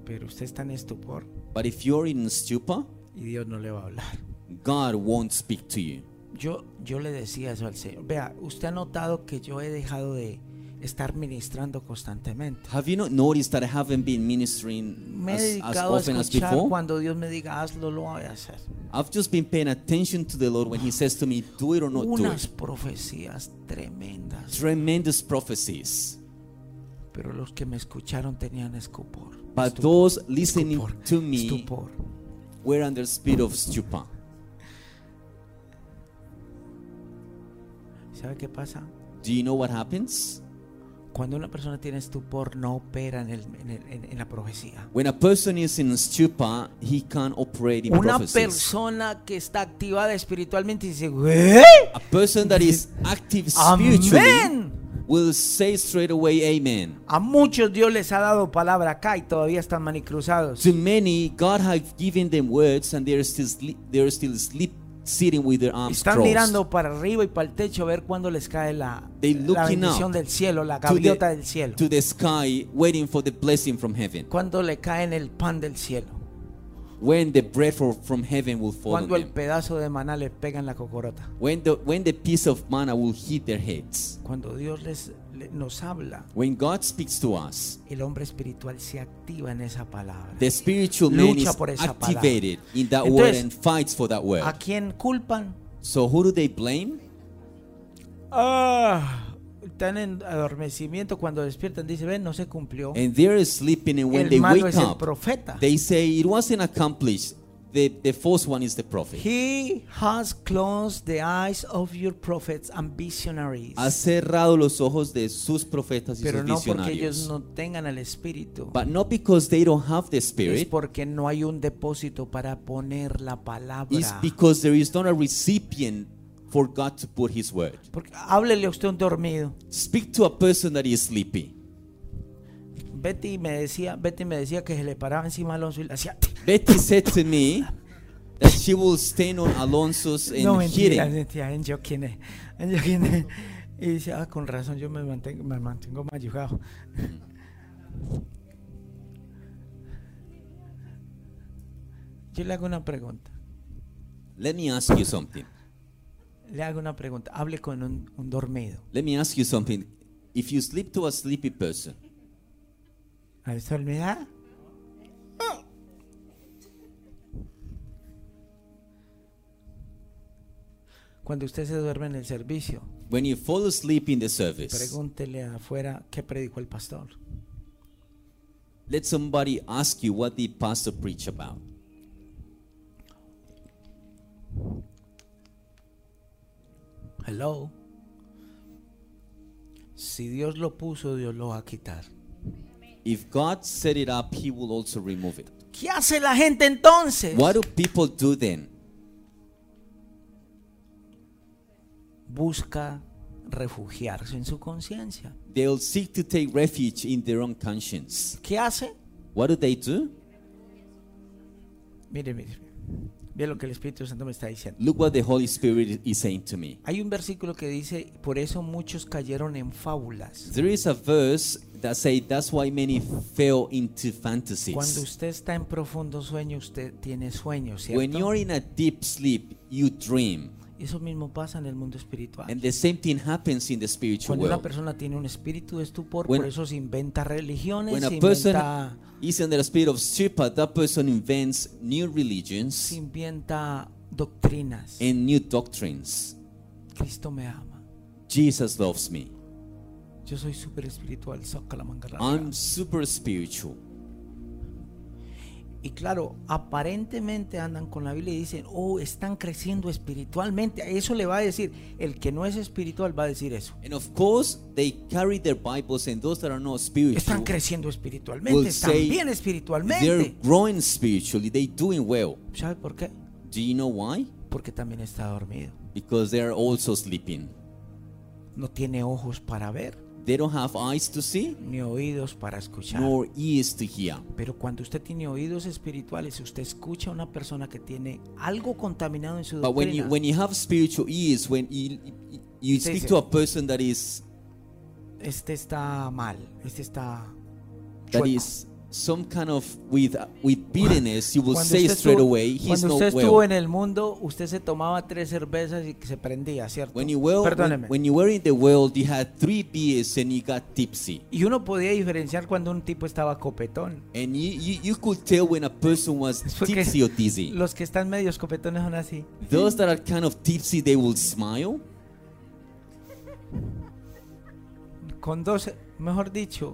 B: Pero usted está en estupor
C: but if you're in stupor,
B: y Dios no le va a hablar.
C: God won't speak to you.
B: Yo, yo le decía eso al Señor. Vea, usted ha notado que yo he dejado de estar ministrando constantemente.
C: Have you not noticed that I haven't been ministering
B: Me he
C: as, as
B: dedicado a
C: often as
B: escuchar
C: before?
B: cuando Dios me diga hazlo, lo voy a hacer.
C: I've just been paying attention to the Lord when He says to me, Do it or not do
B: Unas
C: it.
B: profecías tremendas.
C: Tremendous prophecies.
B: Pero los que me escucharon tenían escupor.
C: But
B: Estu-
C: those listening
B: estupor,
C: to me
B: estupor.
C: were under spirit of stupor.
B: ¿Sabe qué pasa?
C: Do you know what happens?
B: Cuando una persona tiene estupor, no opera en, el- en el- en- en la profecía.
C: When a person is in stupor, he can't operate in
B: Una
C: prophecies.
B: persona que está activada espiritualmente dice, "¿Qué?
C: A person that is active spiritually
B: ¡Amén!
C: will say straight away amen.
B: A muchos Dios les ha dado palabra acá y todavía están manicruzados.
C: To many, God has given them words and they're still, sle- they're still sleep, sitting with their arms
B: Están
C: crossed.
B: mirando para arriba y para el techo a ver cuándo les cae la,
C: They
B: la
C: looking
B: bendición
C: up
B: del cielo, la
C: to
B: gaviota del
C: the,
B: cielo.
C: to the sky, waiting for the blessing from heaven.
B: Cuando le caen el pan del cielo.
C: When the bread for, from heaven will fall on
B: Cuando el
C: them.
B: pedazo de maná les pega en la cocorota.
C: When the, when the piece of manna will hit their heads.
B: Cuando Dios les, le- nos habla,
C: When God speaks to us,
B: el hombre espiritual se activa en esa palabra.
C: the spiritual man
B: Lucha
C: is
B: por esa palabra.
C: activated in that word
B: Entonces,
C: and fights for that word.
B: ¿A quién culpan?
C: So who do they blame?
B: Ah, están en adormecimiento. Cuando despiertan, dice, ven, no se cumplió.
C: And they're sleeping, and when
B: El
C: they
B: malo
C: wake
B: es el
C: up,
B: profeta.
C: they say it wasn't accomplished. The, the first one is the prophet.
B: He has closed the eyes of your prophets and visionaries.
C: Ha cerrado los ojos de sus profetas y
B: Pero
C: sus
B: no porque ellos
C: visionarios.
B: no tengan el espíritu.
C: But not because they don't have the
B: Es
C: spirit,
B: porque no hay un depósito para poner la palabra.
C: it's because there is not a recipient for God to put His word.
B: Porque háblele a usted un dormido.
C: Speak to a person that is sleepy.
B: Betty me decía, Betty me decía que se le paraba encima a Alonso y le hacía.
C: Betty said to me that she will stand on Alonso's and
B: No
C: hit
B: mentira,
C: him.
B: mentira, en yo quién es, en yo quién es. Y dice, ah, con razón yo me mantengo, me mantengo mayugado. Yo le hago una pregunta,
C: Let me ask you something.
B: le hago una pregunta, hable con un, un dormido.
C: Let me ask you something. If you sleep to a sleepy person,
B: ¿A ver, dormida? Cuando usted se duerme en el servicio,
C: when you fall asleep in the service,
B: pregúntele afuera qué predicó el pastor.
C: let somebody ask you what the pastor preached about.
B: Hello. Si Dios lo puso, Dios lo va a quitar.
C: If God set it up, He will also remove it.
B: ¿Qué hace la gente entonces?
C: What do people do then?
B: Busca refugiarse en su conciencia.
C: They'll seek to take refuge in their own conscience.
B: ¿Qué hace?
C: What do they do?
B: Mire, mire. Mire lo que el Espíritu Santo me está diciendo.
C: Look what the Holy Spirit is saying to me.
B: Hay un versículo que dice, por eso muchos cayeron en fábulas.
C: There is a verse that say that's why many fell into
B: Cuando
C: fantasies.
B: usted está en profundo sueño, usted tiene sueños,
C: When
B: ¿cierto?
C: you're in a deep sleep, you dream.
B: Eso mismo pasa en el mundo espiritual.
C: And the same thing happens in the spiritual
B: Cuando una
C: world.
B: persona tiene un espíritu de estupor,
C: When-
B: por eso se inventa religiones,
C: When
B: se
C: a person
B: inventa
C: is under the spirit of stupor, that person invents new religions
B: se inventa doctrinas.
C: and new doctrines.
B: Cristo me ama.
C: Jesus loves me.
B: Yo soy súper espiritual. saca la manga larga.
C: I'm super spiritual.
B: Y claro, aparentemente andan con la Biblia y dicen, oh, están creciendo espiritualmente. A Eso le va a decir, el que no es espiritual va a decir eso.
C: And of course, they carry their Bibles, and those that are not
B: Están
C: spiritual,
B: creciendo espiritualmente,
C: will
B: están
C: say
B: bien
C: they're
B: espiritualmente.
C: growing spiritually. They're doing well.
B: ¿Sabe por qué?
C: Do you know why?
B: Porque también está dormido.
C: Because they are also sleeping.
B: No tiene ojos para ver,
C: They don't have eyes to see,
B: ni oídos para escuchar.
C: nor ears to hear.
B: Pero cuando usted tiene oídos espirituales, usted escucha a una persona que tiene algo contaminado en su
C: But when
B: doctrina.
C: you when you have spiritual ears, when you you
B: Sí,
C: speak
B: sí.
C: to a person that is
B: este está mal, este está
C: that
B: chueco.
C: is some kind of with with bitterness, you will
B: Cuando
C: say
B: usted
C: straight
B: estuvo-
C: away, he's
B: cuando
C: not
B: usted estuvo
C: well.
B: en el mundo, usted se tomaba tres cervezas y que se prendía, ¿cierto?
C: When you were when,
B: Perdóneme.
C: when you were in the world, you had three beers and you got tipsy,
B: y uno podía diferenciar cuando un tipo estaba copetón.
C: and you you, you could tell when a person was
B: Es porque
C: tipsy or dizzy.
B: Los que están medios copetones son así.
C: Those that are kind of tipsy, they will smile.
B: Con dos, mejor dicho,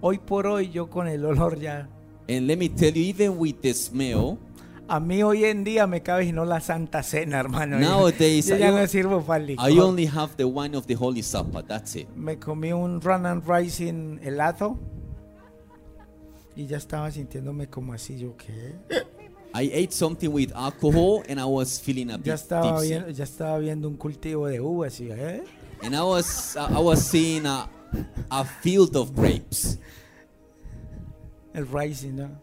B: hoy por hoy yo con el olor ya.
C: And let me tell you, even with the smell,
B: A mí hoy en día me cabe no la Santa Cena, hermano. Yo-
C: Nowadays,
B: yo
C: I
B: ya no
C: on-
B: sirvo para licor.
C: I only have the wine of the Holy Supper. That's it.
B: Me comí un run and rice sin helado y ya estaba sintiéndome como así, yo qué.
C: I ate something with alcohol and I was feeling a
B: Ya
C: bit
B: estaba,
C: tipsy.
B: viendo, ya estaba viendo un cultivo de uvas y ¿eh?
C: And I was I was seeing a, a field of grapes.
B: el rice, ¿no?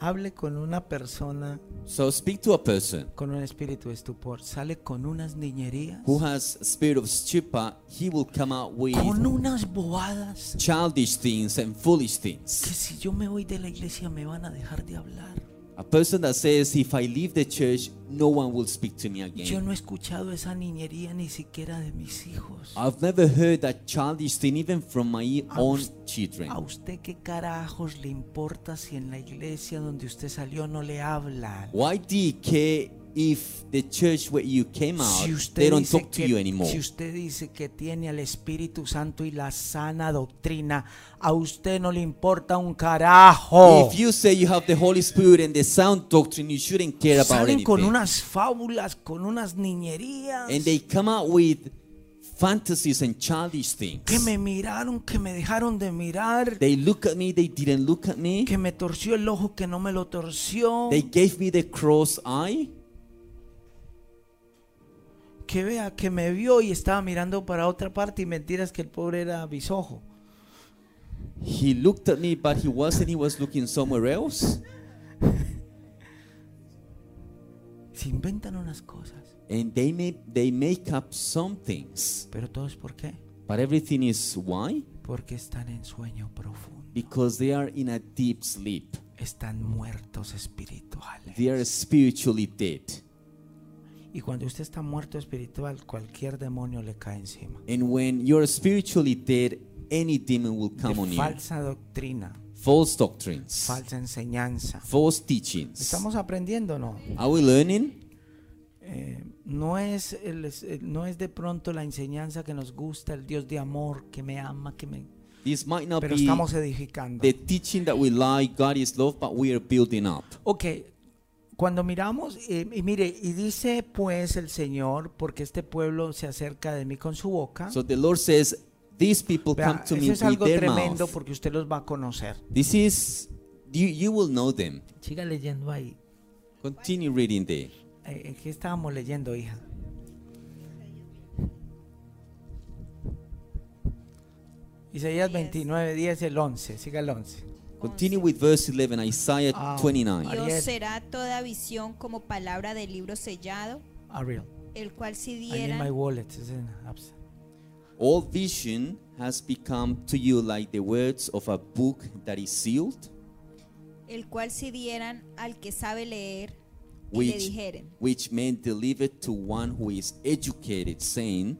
B: Hable con una persona
C: So speak to a person
B: con un espíritu de estupor. Sale con unas niñerías,
C: who has a spirit of stupor, he will come out with
B: con unas bobadas.
C: childish things and foolish
B: Que
C: things.
B: si yo me voy de la iglesia me van a dejar de hablar.
C: A person that says, if I leave the church, no one will speak to me
B: Yo
C: again.
B: no he escuchado esa niñería ni siquiera de mis hijos.
C: I've never heard that childish thing even from my own children.
B: ¿A usted qué carajos le importa si en la iglesia donde usted salió no le hablan?
C: Why do you care if the church where you came out,
B: Si
C: they
B: usted,
C: don't
B: dice
C: talk to you
B: que,
C: anymore?
B: si usted dice que tiene al Espíritu Santo y la sana doctrina, a usted no le importa un carajo.
C: If you say you have the Holy Spirit and the sound doctrine, you shouldn't care about
B: Salen
C: anything.
B: con unas fábulas, con unas niñerías.
C: And they come out with fantasies and childish things.
B: Que me miraron, que me dejaron de mirar.
C: They look at me, they didn't look at me.
B: Que me torció el ojo, que no me lo torció.
C: They gave me the cross eye.
B: Que vea, que me vio y estaba mirando para otra parte y mentiras que el pobre era bisojo.
C: He looked at me, but he wasn't. He was looking somewhere else.
B: Se inventan unas cosas.
C: And they make, they make up some things.
B: Pero todo es por qué?
C: But everything is why?
B: Porque están en sueño profundo.
C: Because they are in a deep sleep.
B: Están muertos espirituales.
C: They are spiritually dead.
B: Y cuando usted está muerto espiritual, cualquier demonio le cae encima.
C: And when you're spiritually dead, any demon will
B: De
C: come on you.
B: falsa doctrina,
C: False doctrines.
B: falsa enseñanza.
C: False teachings.
B: Estamos aprendiendo, o ¿no?
C: Are we learning?
B: Eh, no, es el- es- eh, no es de pronto la enseñanza que nos gusta, el Dios de amor que me ama, que me...
C: This might not
B: Pero
C: be
B: estamos edificando.
C: the teaching that we like. God is love, but we are building up.
B: Ok, cuando miramos, eh, y mire, y dice pues el Señor, porque este pueblo se acerca de mí con su boca.
C: So the Lord says, These people
B: Vea,
C: come to me
B: eso es
C: with
B: algo
C: their
B: tremendo
C: mouth.
B: porque usted los va a conocer.
C: This is, you, you will know them.
B: Siga leyendo ahí.
C: Continue reading there.
B: Eh, eh, ¿Qué estábamos leyendo, hija? Isaías 29, 10, el 11. Siga el 11.
C: Continue with verse 11, Isaiah
B: Ah.
C: 29.
D: Dios
B: Ariel.
D: será toda visión como palabra de libro sellado,
B: Ariel.
D: el cual si
B: I need my
D: dieran
B: wallet. It's in abs-
C: All vision has become to you like the words of a book that is sealed,
D: el cual si dieran al que sabe leer y le
C: which,
D: dijeren,
C: which men delivered to one who is educated, saying,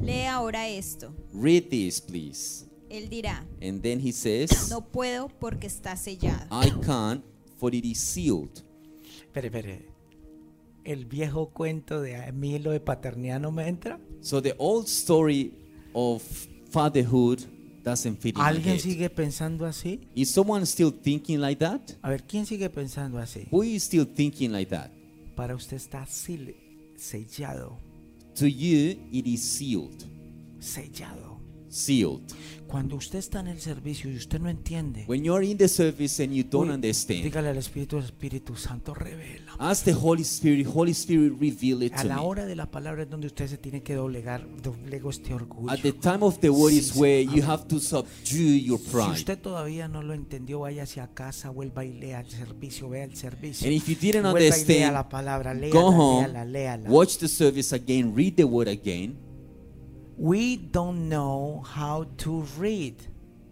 D: lee ahora esto.
C: Read this, please.
D: Él dirá,
C: And then he says,
D: no puedo porque está sellado.
C: I can't, for it is sealed.
B: Espere, espere. El viejo cuento de Emilio de Paterniano me entra.
C: So the old story of fatherhood doesn't fit in my
B: ¿Alguien
C: head.
B: sigue pensando así?
C: Is someone still thinking like that?
B: A ver, ¿quién sigue pensando así?
C: Who is still thinking like that?
B: Para usted está sil- sellado.
C: To you, it is sealed.
B: Sellado.
C: Sealed.
B: Cuando usted está en el servicio y usted no entiende,
C: When you're in the service and you don't
B: uy,
C: understand,
B: dígale al Espíritu, Espíritu Santo revela.
C: ask the Holy Spirit. Holy Spirit, reveal it
B: A
C: to
B: la
C: me.
B: hora de la palabra es donde usted se tiene que doblegar, doblego este orgullo.
C: At the time of the word is
B: Sí,
C: where
B: sí,
C: you have to subdue your
B: Si
C: pride.
B: usted todavía no lo entendió, vaya hacia casa, vuelva y lea el servicio, vea el servicio.
C: And if you didn't
B: Vuelva y lea la
C: understand,
B: palabra, léala,
C: go home,
B: léala, léala.
C: watch the service again, read the word again.
B: We don't know how to read.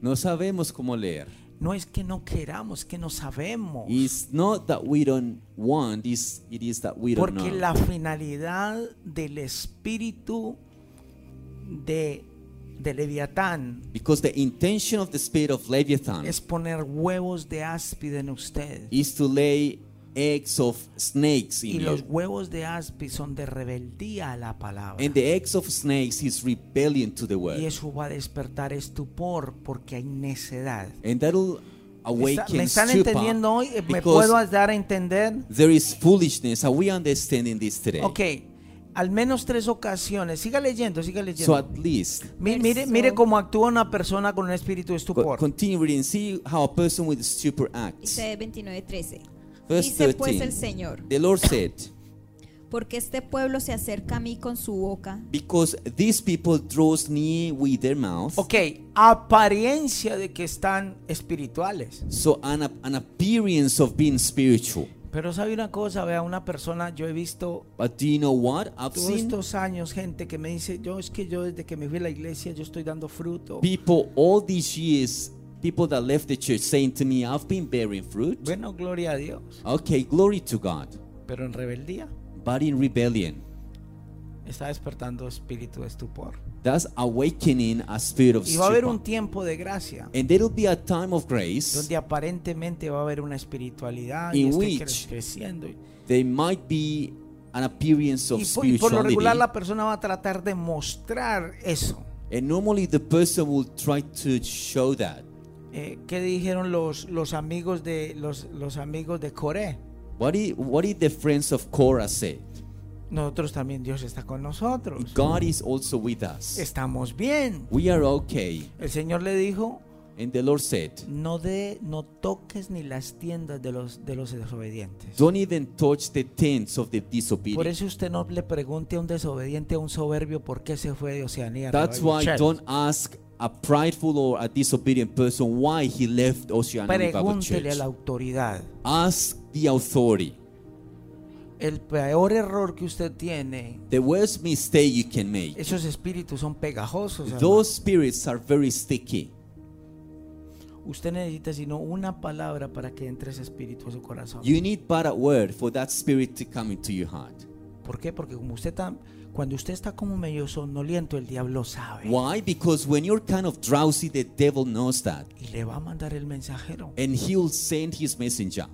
C: No sabemos cómo leer.
B: No es que no queramos, que no sabemos.
C: It's not that we don't want, it's, it is that we don't
B: Porque
C: know.
B: la finalidad del espíritu de, de Leviatán
C: Because the intention of the spirit of Leviathan
B: es poner huevos de áspide en usted.
C: is to lay eggs of snakes
B: Y
C: in
B: los
C: you.
B: huevos de áspide son de rebeldía a la palabra.
C: And the eggs of snakes is rebellion to the
B: Y
C: word.
B: eso va a despertar estupor porque hay necedad.
C: And that'll
B: Está- ¿Me
C: awaken
B: están entendiendo hoy? eh,
C: stupor
B: ¿Me puedo
C: because
B: dar a entender?
C: there is foolishness. Are we understanding this today?
B: Ok, al menos tres ocasiones. Siga leyendo, siga
C: So
B: leyendo.
C: at least
B: Mi- mire,
D: Verso-
B: mire cómo actúa una persona con un espíritu de
C: co-
B: estupor.
C: continue reading. See how a person with stupor acts.
D: Isaías 29:13.
C: Verse
D: Dice pues
C: 13.
D: el Señor,
C: The Lord said,
D: porque este pueblo se acerca a mí con su boca.
C: because these people draws near with their mouth.
B: Ok, apariencia de que están espirituales.
C: So an, an appearance of being spiritual.
B: Pero sabe una cosa, vea, una persona, yo he visto
C: But do you know what? I've
B: todos
C: seen
B: estos años gente que me dice, yo es que yo desde que me fui a la iglesia yo estoy dando fruto.
C: people all these years, people that left the church saying to me, I've been bearing fruit.
B: Bueno, gloria a Dios,
C: Okay, glory to God.
B: pero en rebeldía
C: But in rebellion,
B: está despertando espíritu de estupor.
C: that's awakening a spirit of
B: Y va a haber un
C: stupor.
B: tiempo de gracia
C: And there'll be a time of grace.
B: donde aparentemente va a haber una espiritualidad y
C: In
B: esté
C: which-
B: cre- creciendo. Y,
C: There might be an appearance of
B: y por, y por lo
C: spirituality.
B: regular la persona va a tratar de mostrar eso.
C: And normally the person will try to show that.
B: Eh, ¿Qué dijeron los, los amigos de los, los amigos de Coré?
C: What did, what did the friends of Korah say?
B: Nosotros también Dios está con nosotros.
C: God is also with us.
B: Estamos bien.
C: We are okay.
B: El Señor le dijo,
C: And the Lord said,
B: no de no toques ni las tiendas de los de los desobedientes.
C: Don't even touch the tents of the
B: Por
C: disobedient.
B: eso usted no le pregunte a un desobediente, a un soberbio, por qué se fue de Oceanía.
C: That's
B: Revival
C: why
B: Church.
C: don't ask a prideful or a disobedient person why he left Oceania Bible
B: Pregúntele a
C: Church.
B: la autoridad.
C: Ask the authority.
B: El peor error que usted tiene,
C: The worst mistake you can make.
B: esos espíritus son pegajosos. hermano.
C: Those spirits are very sticky.
B: Usted necesita sino una palabra para que entre ese espíritu a su corazón.
C: You need but a word for that spirit to come into your heart.
B: ¿Por qué? Porque como usted tan, cuando usted está como medio somnoliento, el diablo sabe.
C: Why? Because when you're kind of drowsy, the devil knows that.
B: Y le va a mandar el mensajero.
C: And he'll send his messenger.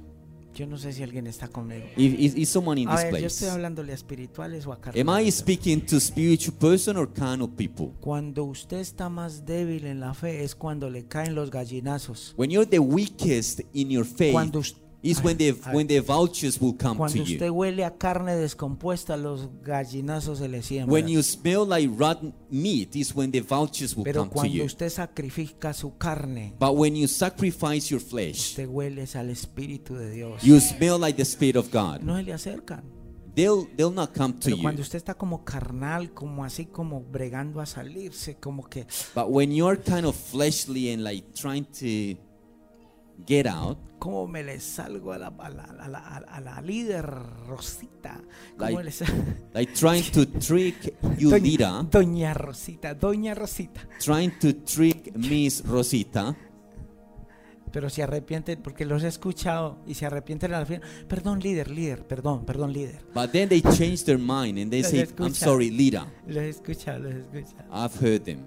B: Yo no sé si alguien está conmigo.
C: If, is, is someone in
B: A
C: this
B: ver, yo
C: place?
B: estoy hablándole a espirituales o a
C: Am I
B: carnales.
C: speaking to spiritual person or carnal people?
B: Cuando usted está más débil en la fe es cuando le caen los gallinazos.
C: When you're the weakest in your faith,
B: Cuando us-
C: is when the
B: Ay, ay.
C: when the vultures will come to
B: Cuando usted
C: you.
B: huele a carne descompuesta, los gallinazos se le siembran.
C: When you smell like rotten meat, is when the vultures will
B: Pero
C: come to
B: cuando
C: you.
B: usted sacrifica su carne,
C: But when you sacrifice your flesh,
B: usted huele es al Espíritu de Dios.
C: you smell like the spirit of God.
B: No se le acercan.
C: They'll they'll not come to
B: Pero cuando
C: you.
B: usted está como carnal, como así, como bregando a salirse, como que
C: But when you're kind of fleshly and like trying to get out,
B: ¿Cómo me le salgo a la, a la, a la- a la líder Rosita? ¿Cómo
C: Like,
B: le sal-
C: like trying to trick you
B: Doña-
C: leader,
B: Doña Rosita, Doña Rosita.
C: trying to trick Miss Rosita.
B: Pero se arrepienten porque los he escuchado y se arrepienten al final. Perdón, líder, líder, perdón, perdón, líder.
C: But then they change their mind and they
B: Los
C: say, I'm
B: escucha.
C: sorry, Lira.
B: Los he escuchado, los he escuchado.
C: I've heard them.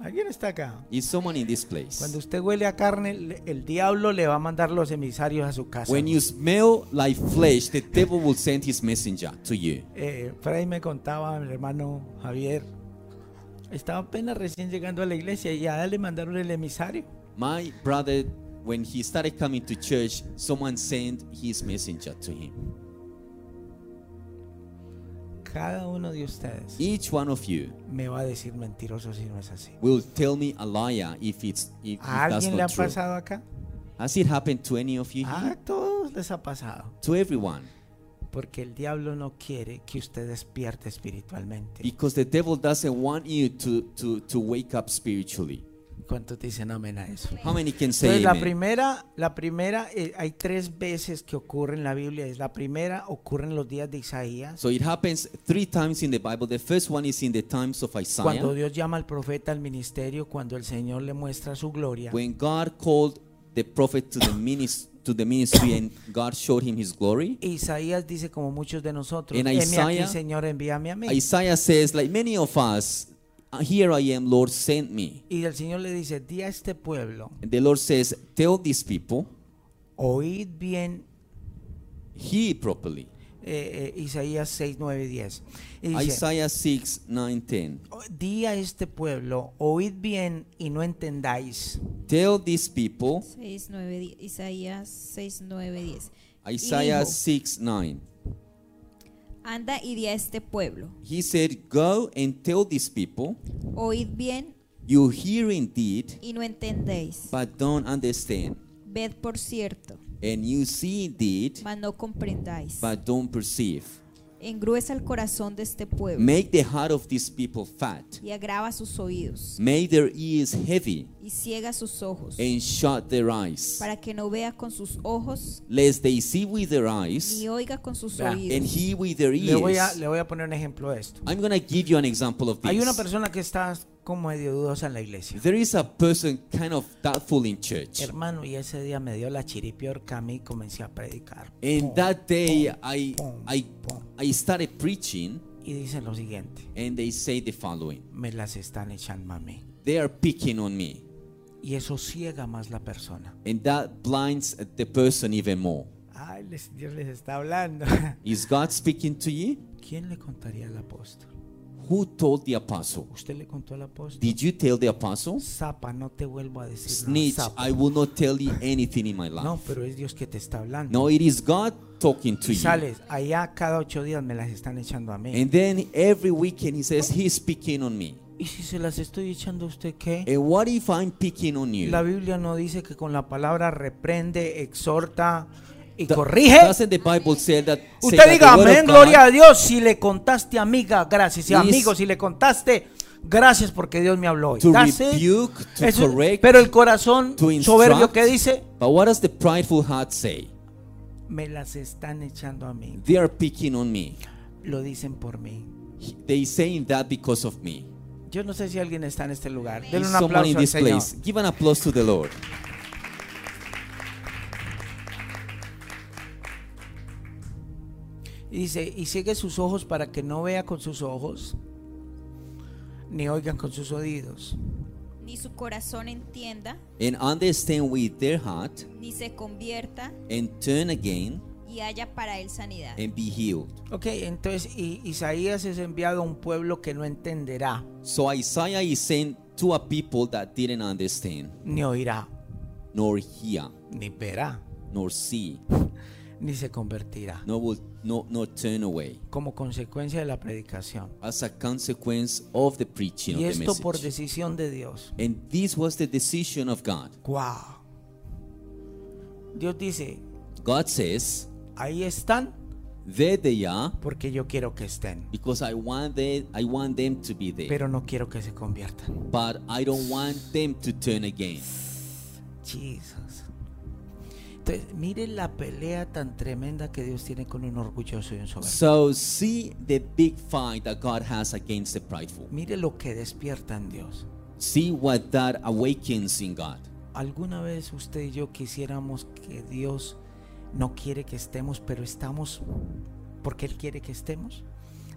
B: ¿Alguien está acá?
C: Is someone in this place?
B: Cuando usted huele a carne, le- el diablo le va a mandar los emisarios a su casa.
C: When you smell like flesh, the devil will send his messenger to you.
B: Eh, por ahí me contaba mi hermano Javier. Estaba apenas recién llegando a la iglesia y ya le mandaron el emisario.
C: My brother, when he started coming to church, someone sent his messenger to him.
B: Cada uno de ustedes
C: Each one of you
B: me va a decir mentiroso si no es así.
C: will tell me a liar if it's if, if
B: ¿A
C: that's
B: alguien le ha
C: not true.
B: pasado Ah. acá?
C: Has it happened to any of you? here?
B: A todos les ha pasado.
C: To everyone,
B: Porque el diablo no quiere que usted despierte espiritualmente.
C: because the devil doesn't want you to to to wake up spiritually.
B: ¿Cuántos dicen amén a eso?
C: How many can say
B: Entonces la
C: amen?
B: primera, la primera, eh, hay tres veces que ocurre en la Biblia. Es la primera ocurre en los días de Isaías,
C: So it happens three times in the Bible. The first one is in the times of Isaiah,
B: cuando Dios llama al profeta al ministerio, cuando el Señor le muestra su gloria.
C: when God called the prophet to the ministry, to the ministry, and God showed him His glory.
B: Isaías dice como muchos de nosotros,
C: En
B: "Heme aquí,
C: Isaías-
B: Señor, envíame a mí.
C: Isaiah says, like many of us, uh, "Here I am, Lord, send me."
B: Y el Señor le dice, di a este pueblo,
C: And the Lord says, "Tell these people,
B: oíd bien
C: hear properly."
B: eh, eh, Isaías 6, 9 y 10. Y dice,
C: Isaiah 6, 9, 10.
B: "O- di a este pueblo, oíd bien y no entendáis.
C: Tell these people,
D: 6, 9, 10, Isaías 6, 9, 10. Y
C: Isaiah
D: dijo,
C: 6, 9.
D: Anda y di a este pueblo.
C: He said, "Go and tell these people,
D: Oíd bien
C: you hear indeed,
D: y no entendéis.
C: but don't understand."
D: Ved por cierto
C: and you see it,
D: mas no comprendáis.
C: but don't perceive.
D: Engruesa el corazón de este pueblo
C: Make the heart of these people fat,
D: y agrava sus oídos
C: make their ears heavy,
D: y ciega sus ojos
C: and shut their eyes,
D: para que no vea con sus ojos
C: lest they see with their eyes
D: ni oiga con sus
B: Vea,
C: and
D: oídos.
C: hear with their
B: Le voy, a,
C: ears.
B: le voy a poner un ejemplo de esto.
C: I'm gonna give you an example of
B: Hay una
C: this.
B: persona que está como medio dudosa en la iglesia.
C: There is a person kind of doubtful in church.
B: Hermano, y ese día me dio la chiripiorca a mí y comencé a predicar.
C: And
B: Pum.
C: that day, I, I,
B: pum.
C: I started preaching,
B: Y dice lo siguiente,
C: and they say the following
B: me las están echando a mí.
C: They are picking on me,
B: Y eso ciega más la persona.
C: and that blinds the person even more.
B: Ay, les- Dios les está hablando.
C: Is God speaking to you?
B: ¿Quién le contaría al apóstol?
C: Who told the apostle?
B: ¿Usted le contó al apóstol?
C: Did you tell the apostle?
B: Zapa, no te vuelvo a decir nada,
C: Snitch,
B: sapo.
C: I will not tell you anything in my
B: No,
C: life.
B: pero es Dios que te está hablando.
C: No, it is God talking to
B: Y
C: you.
B: sales, allá cada ocho días me las están echando a mí.
C: And then every weekend he says, He's picking on me.
B: ¿Y si se las estoy echando a usted qué?
C: And what if I'm picking on you?
B: La Biblia no dice que con la palabra reprende, exhorta y
C: Do-
B: corrige.
C: Doesn't the Bible say that? say
B: Usted
C: that the
B: diga
C: word of
B: amén,
C: God-
B: gloria a Dios. Si le contaste, amiga, gracias. Y
C: Is-
B: amigo, si le contaste, gracias porque Dios me habló hoy.
C: To
B: That's it.
C: rebuke, to
B: Eso-
C: correct,
B: pero el corazón
C: to instruct.
B: soberbio que dice,
C: But what does the prideful heart say?
B: me las están echando a mí.
C: They are picking on me.
B: Lo dicen por mí.
C: He- They saying that because of me.
B: Yo no sé si alguien está en este lugar. Denle
C: Is
B: un
C: someone in
B: aplauso al
C: this
B: Señor.
C: place? Give an applause to the Lord.
B: Y dice, y sigue sus ojos para que no vea con sus ojos, ni oigan con sus oídos.
D: Ni su corazón entienda,
C: And understand with their heart
D: ni se convierta
C: and turn again
D: y haya para él sanidad.
C: and be healed.
B: Ok, entonces y- Isaías es enviado a un pueblo que no entenderá,
C: So Isaiah is saying to a people that didn't understand,
B: ni oirá,
C: nor hear,
B: ni verá,
C: nor see,
B: ni se convertirá,
C: nor will no nor turn away.
B: como consecuencia de la predicación.
C: As a consequence of the preaching
B: Y
C: of the
B: esto por
C: message.
B: decisión de Dios.
C: And this was the decision of God.
B: ¡Guau! Dios dice,
C: God says,
B: ahí están
C: There they are,
B: porque yo quiero que estén,
C: because I want they, I want them to be there.
B: pero no quiero que se conviertan.
C: but I don't want them to turn again.
B: Jesus. Entonces, miren la pelea tan tremenda que Dios tiene con un orgulloso y un soberbio.
C: So see the big fight that God has against the prideful.
B: Mire lo que despierta en Dios.
C: See what that awakens in God.
B: ¿Alguna vez usted y yo quisiéramos que Dios no quiere que estemos, pero estamos porque Él quiere que estemos?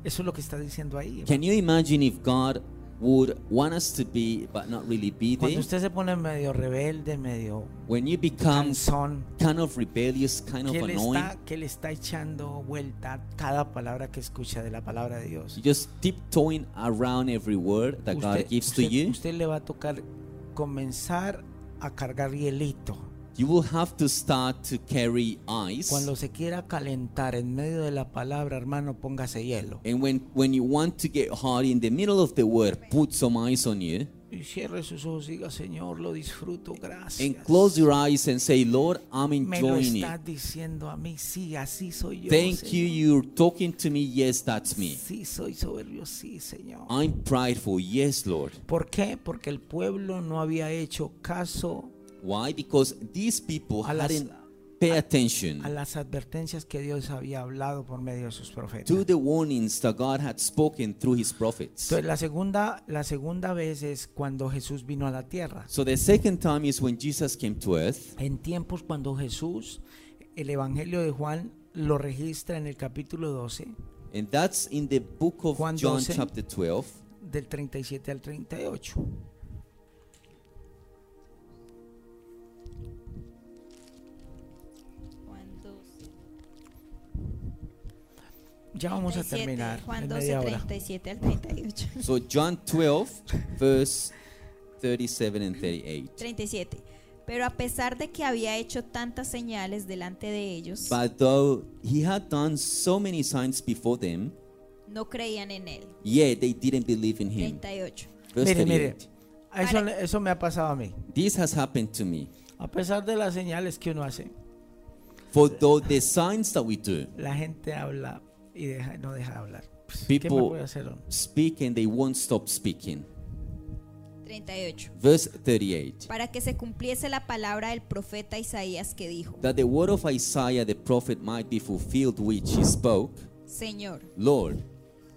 B: Eso es lo que está diciendo ahí.
C: Can you imagine if God would want us to be but not really be
B: Cuando
C: there?
B: usted se pone medio rebelde, medio
C: When you become
B: cansón,
C: kind of rebellious, kind of
B: que le,
C: annoying,
B: está, que le está echando vuelta cada palabra que escucha de la palabra de Dios.
C: you just tiptoeing around every word that God gives to
B: usted-
C: you,
B: usted le va a tocar comenzar a cargar hielito.
C: you will have to start to carry eyes.
B: Cuando se quiera calentar en medio de la palabra, hermano, póngase hielo.
C: And when, when you want to get hot in the middle of the word, put some eyes on you
B: Y cierre sus ojos y diga, Señor, lo disfruto, gracias.
C: and close your eyes and say, Lord, I'm
B: Me lo
C: enjoying
B: estás
C: it.
B: diciendo a mí, sí, así soy yo.
C: Thank you,
B: Señor.
C: you're talking to me. Yes, that's me. Ah.
B: Sí, soy soberbio, sí, Señor.
C: I'm prideful. Yes, Lord.
B: ¿Por qué? Porque el pueblo no había hecho caso
C: Why? Because these people
B: A las-
C: hadn't pay
B: a
C: attention
B: las advertencias que Dios había hablado por medio de sus profetas.
C: to the warnings that God had spoken through his prophets.
B: Entonces, la segunda, la segunda vez es cuando Jesús vino a la tierra.
C: So the second time is when Jesus came to earth.
B: En tiempos cuando Jesús, el Evangelio de Juan lo registra en el capítulo 12,
C: And that's in the book of
B: Juan
C: John
B: 12.
C: chapter 12.
B: del 37 al 38.
D: Juan 12,
B: Ya vamos a
D: 37,
B: terminar
D: Juan
B: en
D: 12,
B: media hora.
D: 37 al 38.
C: So John 12, verse 37 and 38.
D: 37. Pero a pesar de que había hecho tantas señales delante de ellos,
C: But though he had done so many signs before them,
D: no creían en él.
C: yet they didn't believe in him.
D: 38.
C: Verse
B: Mire, mire,
C: 38.
B: a eso, eso me ha pasado a mí.
C: This has happened to me.
B: A pesar de las señales que uno hace,
C: For though the signs that we do,
B: La gente habla y deja- no deja de hablar. Pues, ¿Qué más
C: People-
B: puede hacer? hombre?
C: speak and they won't stop speaking.
D: 38.
C: Verse 38.
D: Para que se cumpliese la palabra del profeta Isaías que dijo,
C: That the word of Isaiah the prophet might be fulfilled, which he spoke,
D: Señor,
C: Lord,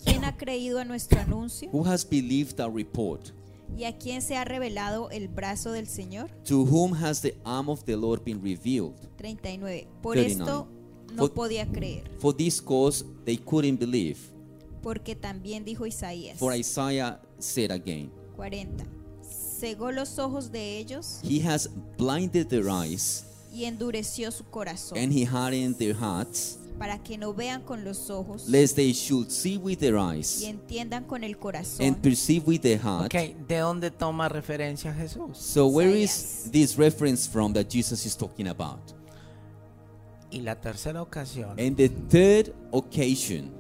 D: ¿quién ha creído a nuestro anuncio?
C: who has believed our report?
D: ¿Y a quién se ha revelado el brazo del Señor?
C: To whom has the arm of the Lord been revealed?
D: 39. Por
C: 39.
D: esto no
C: Por-
D: podía creer,
C: For this cause they couldn't believe.
D: porque también dijo Isaías.
C: For Isaiah said again,
D: 40. Cegó los ojos de ellos
C: He has blinded their eyes
D: y endureció su corazón
C: and he hardened their hearts,
D: para que no vean con los ojos
C: lest they should see with their eyes
D: y entiendan con el corazón
C: and perceive with their heart.
B: Ok, ¿de dónde toma referencia Jesús?
C: So where
D: Isaiah.
C: is this reference from that Jesus is talking about?
B: Y la tercera ocasión
C: And the third occasion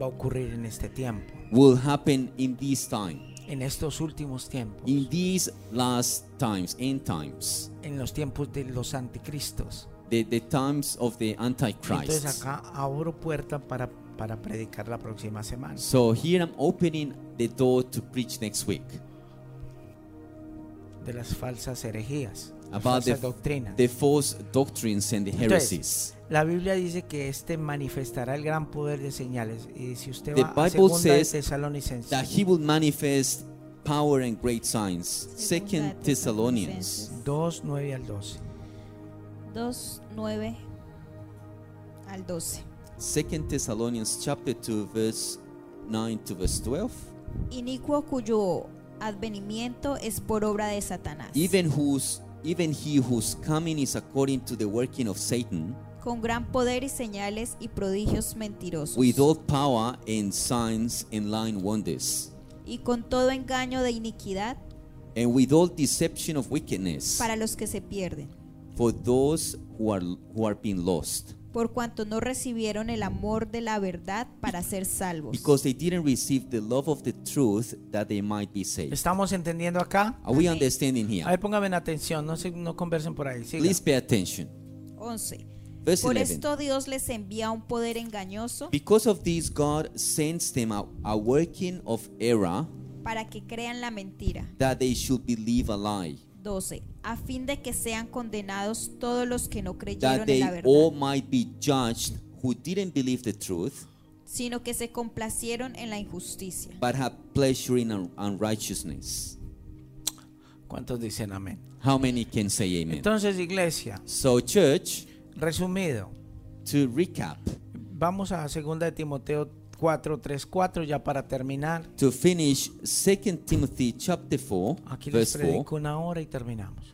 B: va a ocurrir en este tiempo,
C: will happen in this time,
B: en estos últimos tiempos,
C: in these last times, end times,
B: en los tiempos de los anticristos.
C: the, the times of the
B: Entonces
C: Antichrist.
B: acá abro puerta para, para predicar la próxima semana.
C: So here I'm opening the door to preach next week
B: de las falsas herejías, las
C: about the,
B: falsas doctrinas.
C: the false doctrines and the heresies.
B: la Biblia dice que este manifestará el gran poder de señales. Y si usted
C: The
B: va a
C: Bible
B: segunda de
C: says
B: Tesalonicenses,
C: That he will manifest power and great signs.
D: Segunda
C: Second Thessalonians
B: 2, 9 al 12.
D: 2, 9 al 12.
C: Second Thessalonians chapter 2 verse 9 to verse 12
D: Inicuo cuyo advenimiento es por obra de Satanás,
C: even whose even he whose coming is according to the working of Satan
D: con gran poder y señales y prodigios mentirosos,
C: with all power and signs and lying wonders
D: y con todo engaño de iniquidad
C: and with all deception of wickedness
D: para los que se pierden,
C: for those who are who are being lost
D: por cuanto no recibieron el amor de la verdad para ser salvos.
C: because they didn't receive the love of the truth that they might be saved
B: ¿Estamos entendiendo acá?
C: are we understanding
B: A
C: here
B: ver, pónganme en atención, no, se, no conversen por ahí. siga.
C: please pay attention
D: 11.
C: verse
D: Por
C: 11
D: esto Dios les envía un poder engañoso
C: because of this God sends them a, a working of error
D: para que crean la mentira.
C: that they should believe a lie,
D: 12. A fin de que sean condenados todos los que no
C: that
D: creyeron en
C: they
D: la verdad,
C: all might be judged who didn't believe the truth,
D: sino que se complacieron en la injusticia.
C: but have pleasure in un- unrighteousness.
B: ¿Cuántos dicen amén?
C: How many can say amen?
B: Entonces, iglesia,
C: So, church,
B: resumido,
C: to recap,
B: vamos a 2 de Timoteo 4, 3, 4, ya para terminar.
C: to finish 2 Timothy chapter 4,
B: Aquí les
C: verse 4,
B: predico una hora y terminamos.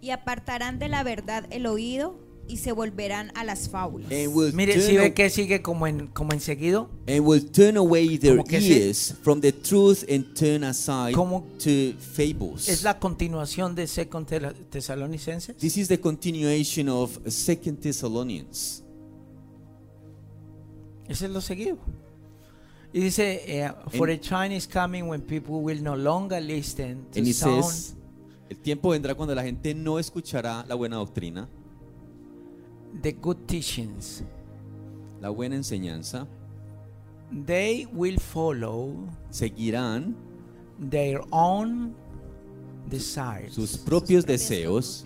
D: Y apartarán de la verdad el oído y se volverán a las fábulas.
C: and will,
B: Mire,
C: turn
B: si
C: a-
B: ve que sigue como en, como en seguido,
C: and will turn away their
B: Como que sí.
C: ears from the truth and turn aside
B: Como-
C: to fables.
B: es la continuación de Second Tela- Tesalonicenses.
C: This is the continuation of 2 Thessalonians.
B: Ese es lo seguido. Y dice, eh, for a time is coming when people will no longer listen to
C: And he
B: sound
C: says, el tiempo vendrá cuando la gente no escuchará la buena doctrina,
B: the good teachings.
C: la buena enseñanza,
B: They will follow
C: seguirán
B: their own desires.
C: sus propios deseos.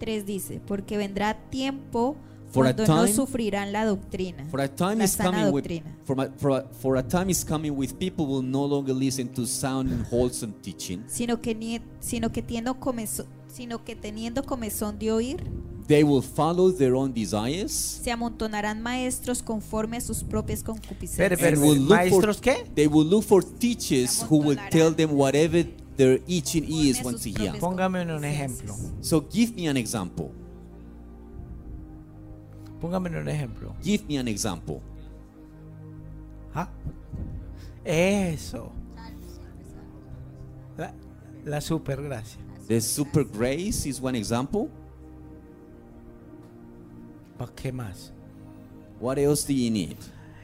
D: 3 dice, porque vendrá tiempo
C: For a
D: cuando no
C: time-
D: sufrirán la doctrina,
C: For a time
D: la
C: is
D: sana
C: coming with
D: doctrina,
C: for a, for, a, for a time is coming with people will no longer listen to sound and wholesome teaching.
D: sino que, nie- sino, que teniendo comezo- sino que teniendo comezón de oír,
C: They will follow their own desires.
D: se amontonarán maestros conforme a sus propias
B: Pero,
D: concupiscencias.
B: pero,
C: And will look
B: ¿Maestros
C: for,
B: qué?
C: They will look for teachers who will tell them whatever their itching
D: Conforme
C: ears
D: a
C: want to
D: sus
C: hear.
D: propias
B: Póngame un
D: concupiscencias.
B: ejemplo.
C: So give me an example.
B: Póngame un ejemplo.
C: Give me an example.
B: Ah, Eso. La, la supergracia.
C: The super grace is one example.
B: ¿Para qué más?
C: What else do you need?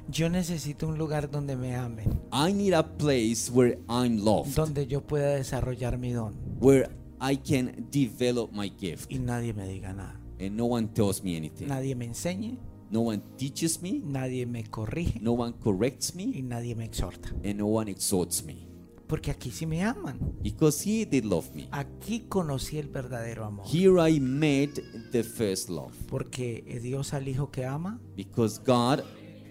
B: Yo necesito un lugar donde me amen,
C: I need a place where I'm loved,
B: donde yo pueda desarrollar mi don.
C: where I can develop my gift.
B: y nadie me diga nada.
C: And no one tells me anything.
B: Nadie me enseñe,
C: No one teaches me.
B: nadie me corrige
C: No one corrects
B: y
C: me.
B: nadie me exhorta.
C: And no one exhorts me.
B: Porque aquí sí me aman.
C: Because he did love me.
B: Aquí conocí el verdadero amor.
C: Here I made the first love.
B: Porque Dios al hijo que ama.
C: Because God,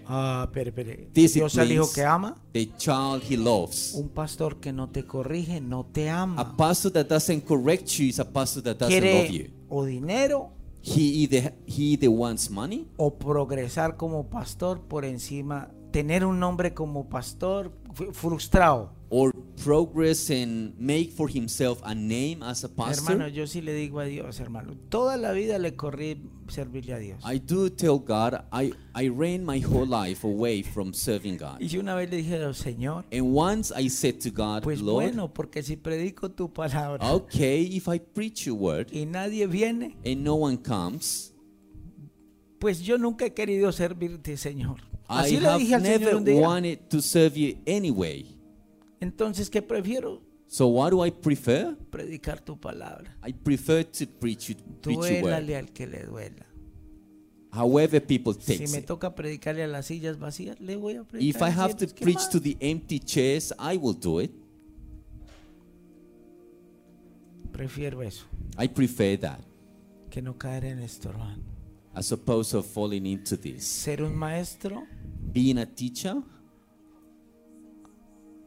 B: Ah, pero, pero, Dios al hijo
C: disciplines
B: que ama.
C: the child he loves.
B: Un pastor que no te corrige no te
C: A
B: ama.
C: pastor that doesn't correct you is a pastor that doesn't love you.
B: Quiere o dinero
C: He either he either wants money
B: o progresar como pastor por encima, tener un nombre como pastor fu- frustrado.
C: or progress and make for himself a name as a
B: Hermano,
C: pastor.
B: yo sí le digo a Dios, hermano, toda la vida le corrí servirle a Dios.
C: I do tell God I, I ran my whole life away from serving
B: Y
C: God.
B: yo una vez le dije, "Oh, Señor,
C: And once I said to God,
B: pues
C: Lord, Ah.
B: bueno, porque si predico tu palabra
C: okay, if I preach your word
B: y nadie viene,
C: and no one comes,
B: pues yo nunca he querido servirte, Señor.
C: I
B: Así le
C: have
B: dije al Señor
C: never
B: un día.
C: wanted to serve you anyway.
B: Entonces, ¿qué prefiero?
C: So what do I prefer?
B: Predicar tu palabra.
C: I prefer to preach you, preach your
B: Duélale
C: word.
B: al que le duela.
C: However people
B: Si
C: takes
B: me
C: it.
B: toca predicarle a las sillas vacías, le voy a predicar.
C: If I
B: así,
C: have to
B: pues, ¿qué
C: preach
B: más?
C: to the empty chairs, I will do it.
B: Prefiero eso,
C: I prefer that
B: que no caer en estorbar.
C: as opposed to falling into this.
B: Ser un maestro
C: Being a teacher,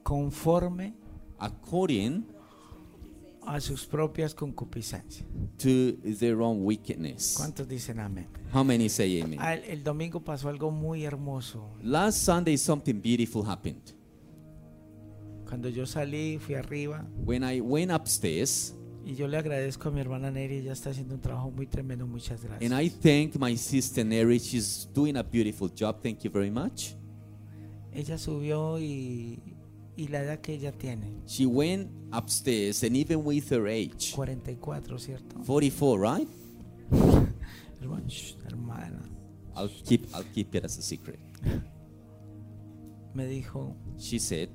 B: conforme
C: according
B: a sus propias concupiscencias.
C: to their own wickedness.
B: ¿Cuántos dicen amén?
C: How many say amen?
B: Ah, El, el domingo pasó algo muy hermoso.
C: Last Sunday, something beautiful happened.
B: Cuando yo salí, fui arriba
C: When I went upstairs
B: y yo le agradezco a mi hermana Neri, ella está haciendo un trabajo muy tremendo, muchas gracias.
C: and I thanked my sister Neri, she's doing a beautiful job. Thank you very much.
B: Ella subió y, y la edad que ella tiene,
C: She went upstairs, and even with her age,
B: 44, ¿cierto?
C: 44, right?
B: Hermano, shh, Hermana,
C: I'll keep, I'll keep it as a secret.
B: me dijo,
C: She said,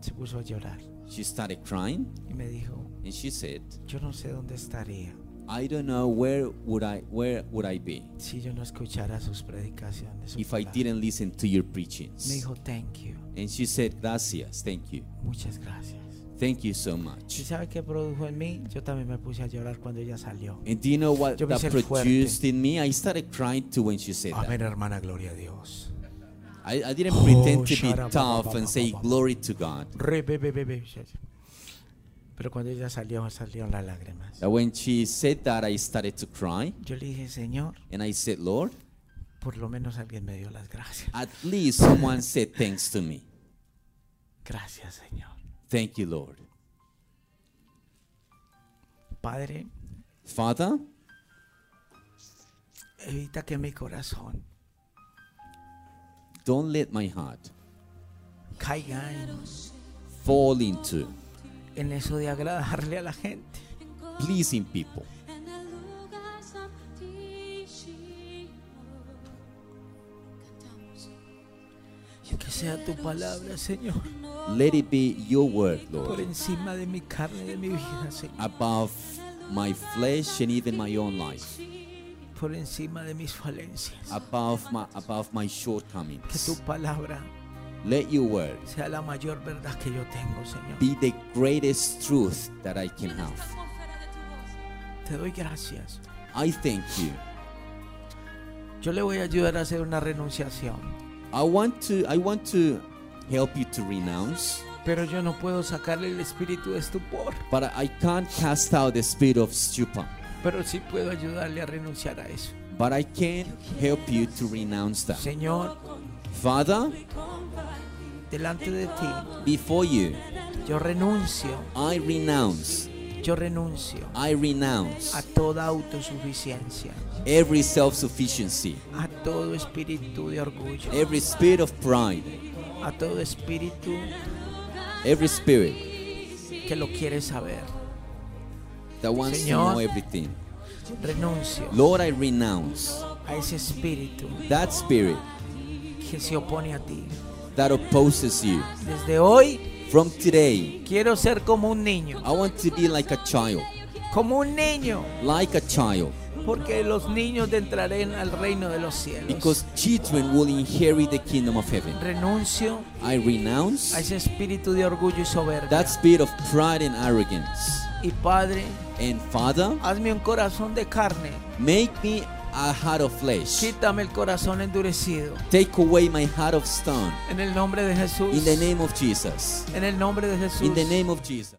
B: se puso a llorar
C: She started crying
B: y me dijo,
C: and she said,
B: yo no sé dónde estaría
C: I don't know where would I where would I be
B: si yo no escuchara sus predicaciones. su
C: if I
B: palabra".
C: didn't listen to your
B: Me
C: preachings.
B: dijo, thank you,
C: And she said, Gracias, thank you.
B: muchas gracias.
C: Thank you so
B: ¿Y
C: much.
B: sabe qué produjo en mí? Yo también me puse a llorar cuando ella salió.
C: And do you know what
B: Yo me hice
C: that
B: el fuerte.
C: produced in me? I started crying too when she said that.
B: Amén, hermana, gloria a Dios.
C: I, I didn't
B: Oh,
C: pretend to be
B: shara-
C: tough and say glory to God.
B: Re, be, be, be, be. Pero cuando ella salió, salieron las lágrimas.
C: But when she said that, I started to cry.
B: Yo le dije, Señor,
C: And I said, Lord,
B: por lo menos alguien me dio las gracias.
C: at least someone said thanks to me.
B: Gracias, Señor.
C: Thank you, Lord.
B: Padre,
C: Father,
B: evita que mi corazón
C: don't let my heart
B: caiga en,
C: fall into
B: en eso de agradarle a la gente.
C: pleasing people.
E: En el lugar santísimo. Cantamos. Yo
B: Que sea tu
E: quiero
B: palabra, Señor,
C: Let it be your word,
B: por
C: Lord,
B: encima de mi carne, de mi vida, Señor.
C: above my flesh and even my own life,
B: Por encima de mis falencias.
C: above my above my
B: Que tu
C: shortcomings.
B: palabra
C: Let your word
B: sea la mayor verdad que yo tengo, Señor.
C: be the greatest truth that I can
E: en esta
C: have.
E: atmósfera de tu voz.
B: Te doy gracias.
C: I thank you.
B: Yo le voy a ayudar a hacer una renunciación,
C: I want to I want to help you to renounce,
B: pero yo no puedo sacarle el espíritu de estupor,
C: but I can't cast out the spirit of stupor.
B: pero sí puedo ayudarle a renunciar a eso.
C: But I can help you to renounce that.
B: Señor,
C: Father,
B: delante de ti,
C: before you,
B: yo renuncio,
C: I renounce.
B: yo renuncio
C: I renounce
B: a toda autosuficiencia,
C: every self-sufficiency.
B: a todo espíritu de orgullo,
C: every spirit of pride,
B: a todo espíritu
C: every spirit
B: que lo quiere saber.
C: that wants
B: Señor.
C: to know everything.
B: Renuncio
C: Lord, I renounce
B: a ese espíritu
C: that spirit
B: que se opone a ti.
C: that opposes you.
B: Desde hoy
C: From today,
B: quiero ser como un niño.
C: I want to be like a child.
B: como un niño,
C: like a child,
B: porque los niños entrarán al reino de los cielos.
C: because children will inherit the kingdom of heaven.
B: Renuncio
C: I
B: a
C: renounce
B: ese espíritu de orgullo y soberbia.
C: that spirit of pride and arrogance.
B: Y Padre,
C: And Father,
B: hazme un corazón de carne,
C: make me a heart of flesh.
B: quítame el corazón endurecido.
C: Take away my heart of stone.
B: En el nombre de Jesús.
C: In the name of Jesus.
B: En el nombre de Jesús.
C: In the name of Jesus.